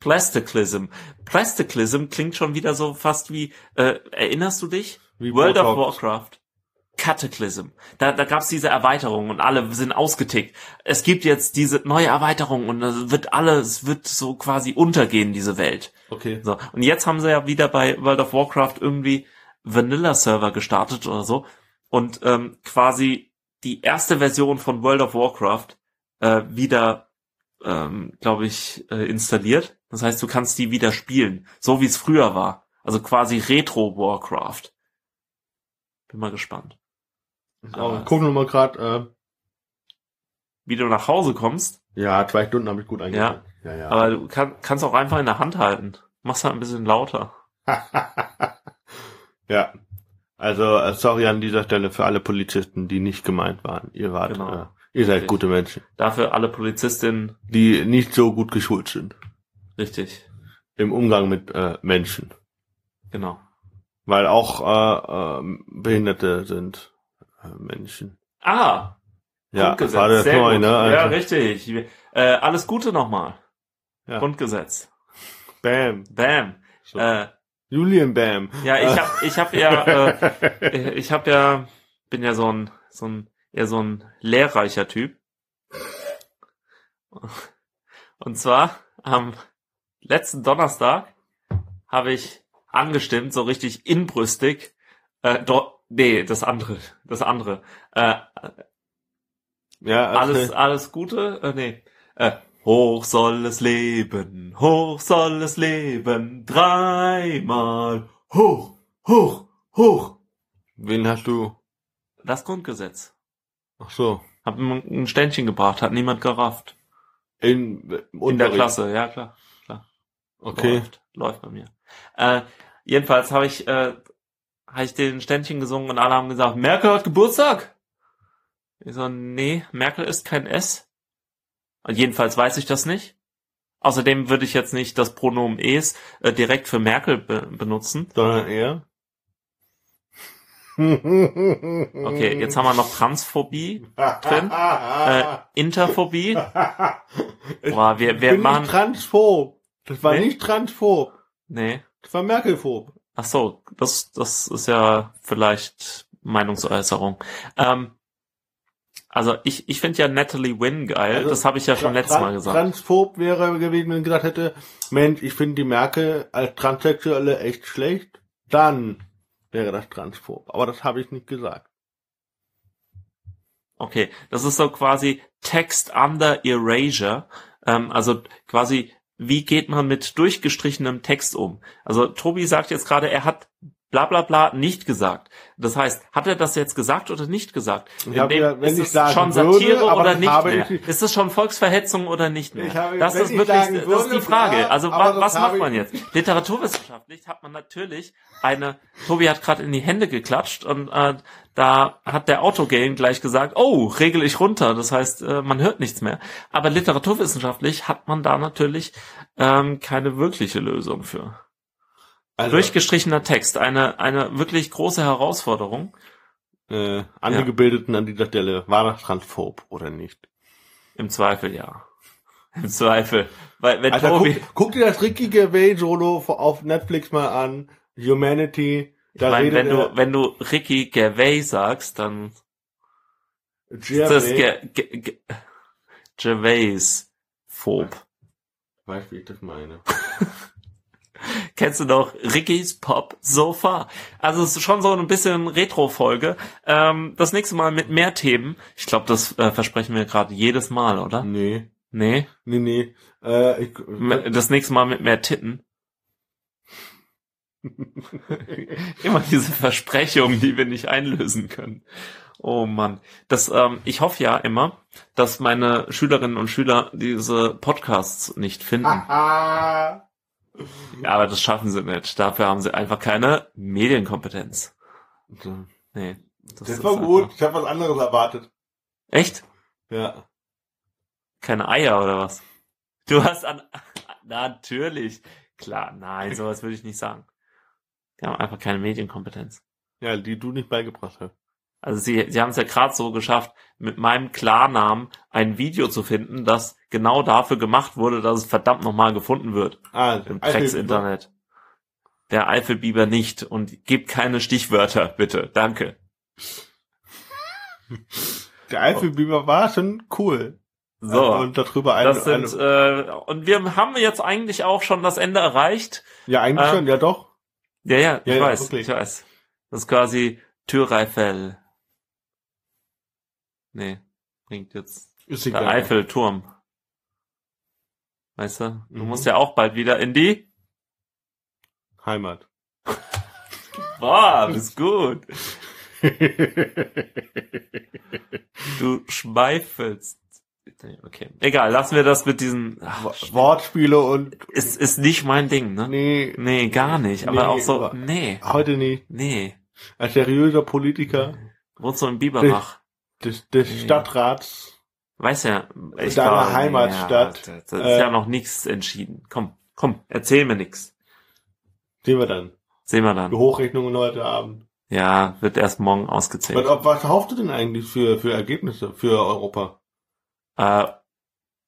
Plasticalism. Plasticalism klingt schon wieder so fast wie, äh, erinnerst du dich?
Wie
World of
Botox.
Warcraft. Cataclysm. Da, da gab's diese Erweiterung und alle sind ausgetickt. Es gibt jetzt diese neue Erweiterung und es wird alles, wird so quasi untergehen, diese Welt.
Okay.
So. Und jetzt haben sie ja wieder bei World of Warcraft irgendwie Vanilla-Server gestartet oder so. Und ähm, quasi die erste Version von World of Warcraft äh, wieder, ähm, glaube ich, äh, installiert. Das heißt, du kannst die wieder spielen, so wie es früher war. Also quasi Retro Warcraft. Bin mal gespannt.
So, gucken wir mal äh, gerade.
Wie du nach Hause kommst,
Äh, ja, zwei Stunden habe ich gut eingegangen. Ja, ja.
aber du kann, kannst auch einfach in der Hand halten. Mach's halt ein bisschen lauter.
ja. Also, äh, sorry an dieser Stelle für alle Polizisten, die nicht gemeint waren. Ihr wart,
Genau.
äh, ihr seid
Richtig.
gute Menschen,
Dafür alle Polizistinnen
die nicht so gut geschult sind
richtig.
im Umgang mit äh, Menschen.
Genau.
Weil auch äh, äh, Behinderte sind äh, Menschen.
Ah,
Ja, das
Grundgesetz.
war das
sehr
neu,
gut.
ne?
Ja,
Also,
richtig. Wir- Äh, alles Gute nochmal.
Ja.
Grundgesetz.
Bam.
Bam.
So.
Äh,
Julian Bam.
ja, ich
Äh.
hab, ich hab ja, äh, ich hab ja, bin ja so ein, so ein, eher so ein lehrreicher Typ. Und zwar am letzten Donnerstag habe ich angestimmt, so richtig inbrüstig. Äh, do, nee, das andere, das andere. Äh,
ja, also,
alles, alles Gute? Äh, nee. Äh, hoch soll es leben, hoch soll es leben, dreimal hoch, hoch, hoch.
Wen hast du?
Das Grundgesetz.
Ach so.
Hab ihm ein Ständchen gebracht, hat niemand gerafft.
In, äh, im
In der
Unterricht.
Klasse, ja klar.
Okay.
Läuft, läuft bei mir. Äh, jedenfalls habe ich, äh, hab ich den Ständchen gesungen und alle haben gesagt, Merkel hat Geburtstag. Ich so, nee, Merkel ist kein S. Und jedenfalls weiß ich das nicht. Außerdem würde ich jetzt nicht das Pronomen es äh, direkt für Merkel be benutzen.
Sondern er?
Okay,
okay,
jetzt haben wir noch Transphobie, drin. äh, Interphobie. Boah, wir, wir
bin
machen...
nicht transphob. Das war
Nee?
nicht transphob.
Nee.
Das war Merkelphob.
Ach so, das, das ist ja vielleicht Meinungsäußerung. Ähm, also ich, ich finde ja Natalie Wynn geil,
Also,
das habe ich ja schon letztes
Tran-
Mal gesagt.
Transphob wäre gewesen, wenn ich gesagt hätte, Mensch, ich finde die Merkel als Transsexuelle echt schlecht. Dann wäre das transphob. Aber das habe ich nicht gesagt.
Okay, das ist so quasi Text under Erasure, ähm, also quasi wie geht man mit durchgestrichenem Text um? Also Tobi sagt jetzt gerade, er hat bla bla bla nicht gesagt. Das heißt, hat er das jetzt gesagt oder nicht gesagt?
Ich habe
In dem-
ja, wenn
ist
ich
es
sagen
schon
würde,
Satire
aber
oder
das
nicht
habe
mehr?
ich nicht-
ist es schon Volksverhetzung oder nicht mehr?
Ich habe-
das
wenn
ist
ich
wirklich,
sagen
das ist
würde,
die Frage.
ja,
also
aber
wa
das
was
habe
macht man
ich
jetzt? Literaturwissenschaftlich hat man natürlich eine, Tobi hat gerade in die Hände geklatscht und äh, da hat der Autogain gleich gesagt, oh, regel ich runter. Das heißt, äh, man hört nichts mehr. Aber literaturwissenschaftlich hat man da natürlich ähm, keine wirkliche Lösung für.
Also,
Durchgestrichener Text, eine, eine wirklich große Herausforderung.
äh, Angebildeten an dieser Stelle, war das transphob oder nicht?
Im Zweifel ja. Im Zweifel. Weil wenn
Alter,
Tobi.
guck, guck dir das rickige Way-Solo auf Netflix mal an. Humanity. Da
Ich meine,
redet
wenn du, wenn du Ricky Gervais sagst, dann
er,
ist das
Jeremy,
Ge Ge Ge Gervais-phob.
Weißt du, wie ich das meine?
Kennst du noch Ricky's Pop Sofa? Also es ist schon so ein bisschen Retro-Folge. Ähm, das nächste Mal mit mehr Themen. Ich glaube, das äh, versprechen wir gerade jedes Mal, oder?
Nee.
Nee.
Nee, nee. Äh, ich,
Me- Das nächste Mal mit mehr Titten. Immer diese Versprechungen, die wir nicht einlösen können. Oh Mann. Das, ähm, ich hoffe ja immer, dass meine Schülerinnen und Schüler diese Podcasts nicht finden.
Ah. Haha.
Ja, aber das schaffen sie nicht. Dafür haben sie einfach keine Medienkompetenz.
So.
Nee.
Das,
ist
war
einfach-
gut. Ich habe was anderes erwartet.
Echt?
Ja.
Keine Eier oder was? Du hast an. Natürlich. Klar, nein, sowas würde ich nicht sagen. Die haben einfach keine Medienkompetenz.
Ja, die du nicht beigebracht hast.
Also sie, sie haben es ja gerade so geschafft, mit meinem Klarnamen ein Video zu finden, das genau dafür gemacht wurde, dass es verdammt nochmal gefunden wird
Ah,
im
Eichel-
Drecks-Internet. Der Eifelbiber nicht und gib keine Stichwörter, bitte. Danke.
Der Eifelbiber war schon cool.
Oh.
Also,
So.
Und darüber eine,
Das sind,
eine
äh, und wir haben jetzt eigentlich auch schon das Ende erreicht.
Ja, eigentlich
ähm,
schon, ja doch.
Ja, ja, ich
Ja, ja,
weiß,
wirklich.
ich weiß. Das ist quasi Türeifel. Nee, bringt jetzt
Ist
der Eiffelturm. Weißt du, du
Mhm.
musst ja auch bald wieder in die.
Heimat.
Boah, bist gut. Du schweifelst. Okay, egal, lassen wir das mit diesen. Ach,
Wortspiele und
ist, ist nicht mein Ding, ne?
nee,
Nee, gar nicht. Aber
Nee,
auch so,
aber-
nee,
heute nicht.
nee.
Ein seriöser Politiker
Wohnst du in Biberbach?
des, des
Nee.
Stadtrats.
Weiß ja, ich
Deiner
glaube,
Heimatstadt.
Ja, das das ist
Äh,
ja noch nichts entschieden. Komm, komm, erzähl mir nichts.
Sehen wir dann.
Sehen wir
Die
dann.
Hochrechnungen heute Abend.
Ja, wird erst morgen
Was,
ausgezählt.
ob- was hoffst du denn eigentlich für, für Ergebnisse für Europa?
Äh,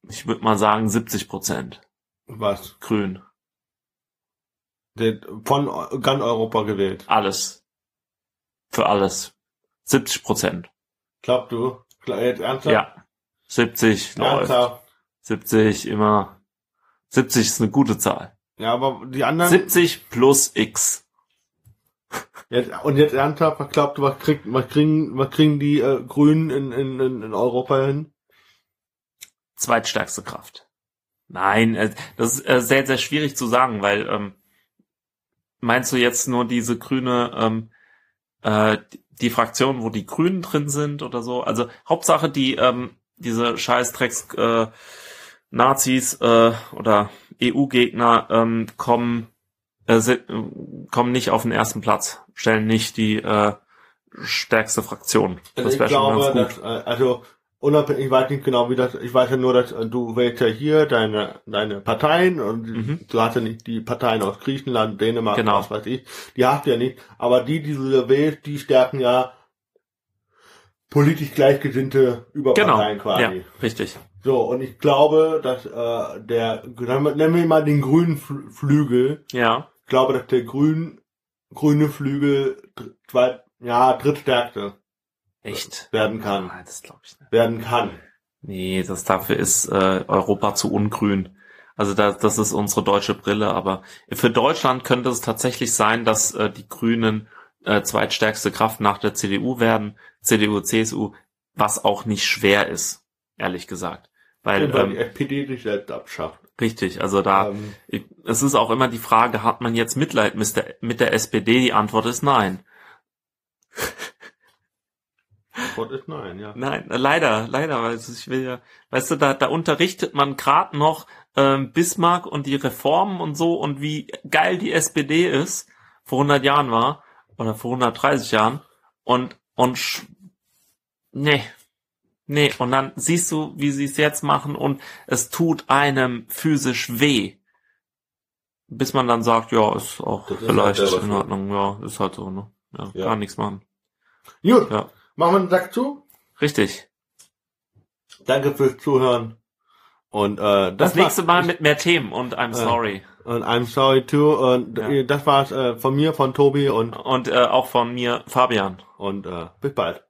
ich würde mal sagen 70 Prozent
Was?
grün.
Der- Von Eu- ganz Europa gewählt.
Alles. Für alles. 70 Prozent.
Glaubt du? Kla- Jetzt ernsthaft?
Ja. 70 läuft.
Ernsthaft.
70 immer. 70 ist eine gute Zahl.
Ja, aber die anderen.
70 plus X.
Jetzt, und jetzt ernsthaft, was glaubt ihr, was, kriegt, was, kriegen, was kriegen die äh, Grünen in, in, in, in Europa hin?
zweitstärkste Kraft. Nein, äh, das ist äh, sehr, sehr schwierig zu sagen, weil ähm, meinst du jetzt nur diese grüne, ähm, äh, die- die Fraktion, wo die Grünen drin sind oder so? Also Hauptsache die, ähm, diese Scheißdrecks äh, Nazis äh, oder EU-Gegner ähm, kommen, äh, sind, äh, kommen nicht auf den ersten Platz, stellen nicht die äh, stärkste Fraktion.
Also
Das
ich
wäre schon
glaube,
ganz gut.
dass, äh, also unabhängig, ich weiß nicht genau, wie das, ich weiß ja nur, dass äh, du wählst ja hier deine, deine Parteien und
Mhm.
du hast ja nicht die Parteien aus Griechenland, Dänemark,
Genau.
was weiß ich, die hast du ja nicht, aber die, die du wählst, die stärken ja politisch gleichgesinnte
Genau,
Überparteien quasi.
ja, richtig.
So, und ich glaube, dass äh, der, nennen wir mal den grünen Fl- Flügel,
Ja,
Ich glaube, dass der grün, grüne Flügel dr- zweit, ja, drittstärkste
echt.
werden kann.
Ah, das glaube ich nicht.
Werden kann.
Nee, das dafür ist äh, Europa zu ungrün. Also da, das ist unsere deutsche Brille, aber für Deutschland könnte es tatsächlich sein, dass äh, die Grünen äh, zweitstärkste Kraft nach der CDU werden, CDU, CSU, was auch nicht schwer ist, ehrlich gesagt. Weil,
Weil die
ähm,
SPD sich selbst abschafft.
richtig, also da,
Ähm,
ich- es ist auch immer die Frage, hat man jetzt Mitleid mit der, mit der SPD? Die Antwort ist nein.
Gott ist nein, ja.
Nein, äh, leider, leider, weil es- ich will ja, weißt du, da, da unterrichtet man gerade noch ähm, Bismarck und die Reformen und so und wie geil die SPD ist, vor 100 Jahren war, oder vor 130 Jahren, und, und, sch- nee, nee, und dann siehst du, wie sie es jetzt machen und es tut einem physisch weh. Bis man dann sagt, ja, ist auch
Das ist
vielleicht
halt selber
in
schuld.
Ordnung, ja, ist halt so, ne? Ja,
Ja.
ja. kann nichts machen.
Gut,
Ja.
machen wir einen Sack zu.
Richtig.
Danke fürs Zuhören. Und äh, das,
Das, nächste
war,
Mal mit mehr Themen und I'm
Äh.
sorry.
Und I'm sorry too. Und
Ja.
äh, das war's äh, von mir, von Tobi und
Und äh, auch von mir, Fabian.
und äh, bis bald.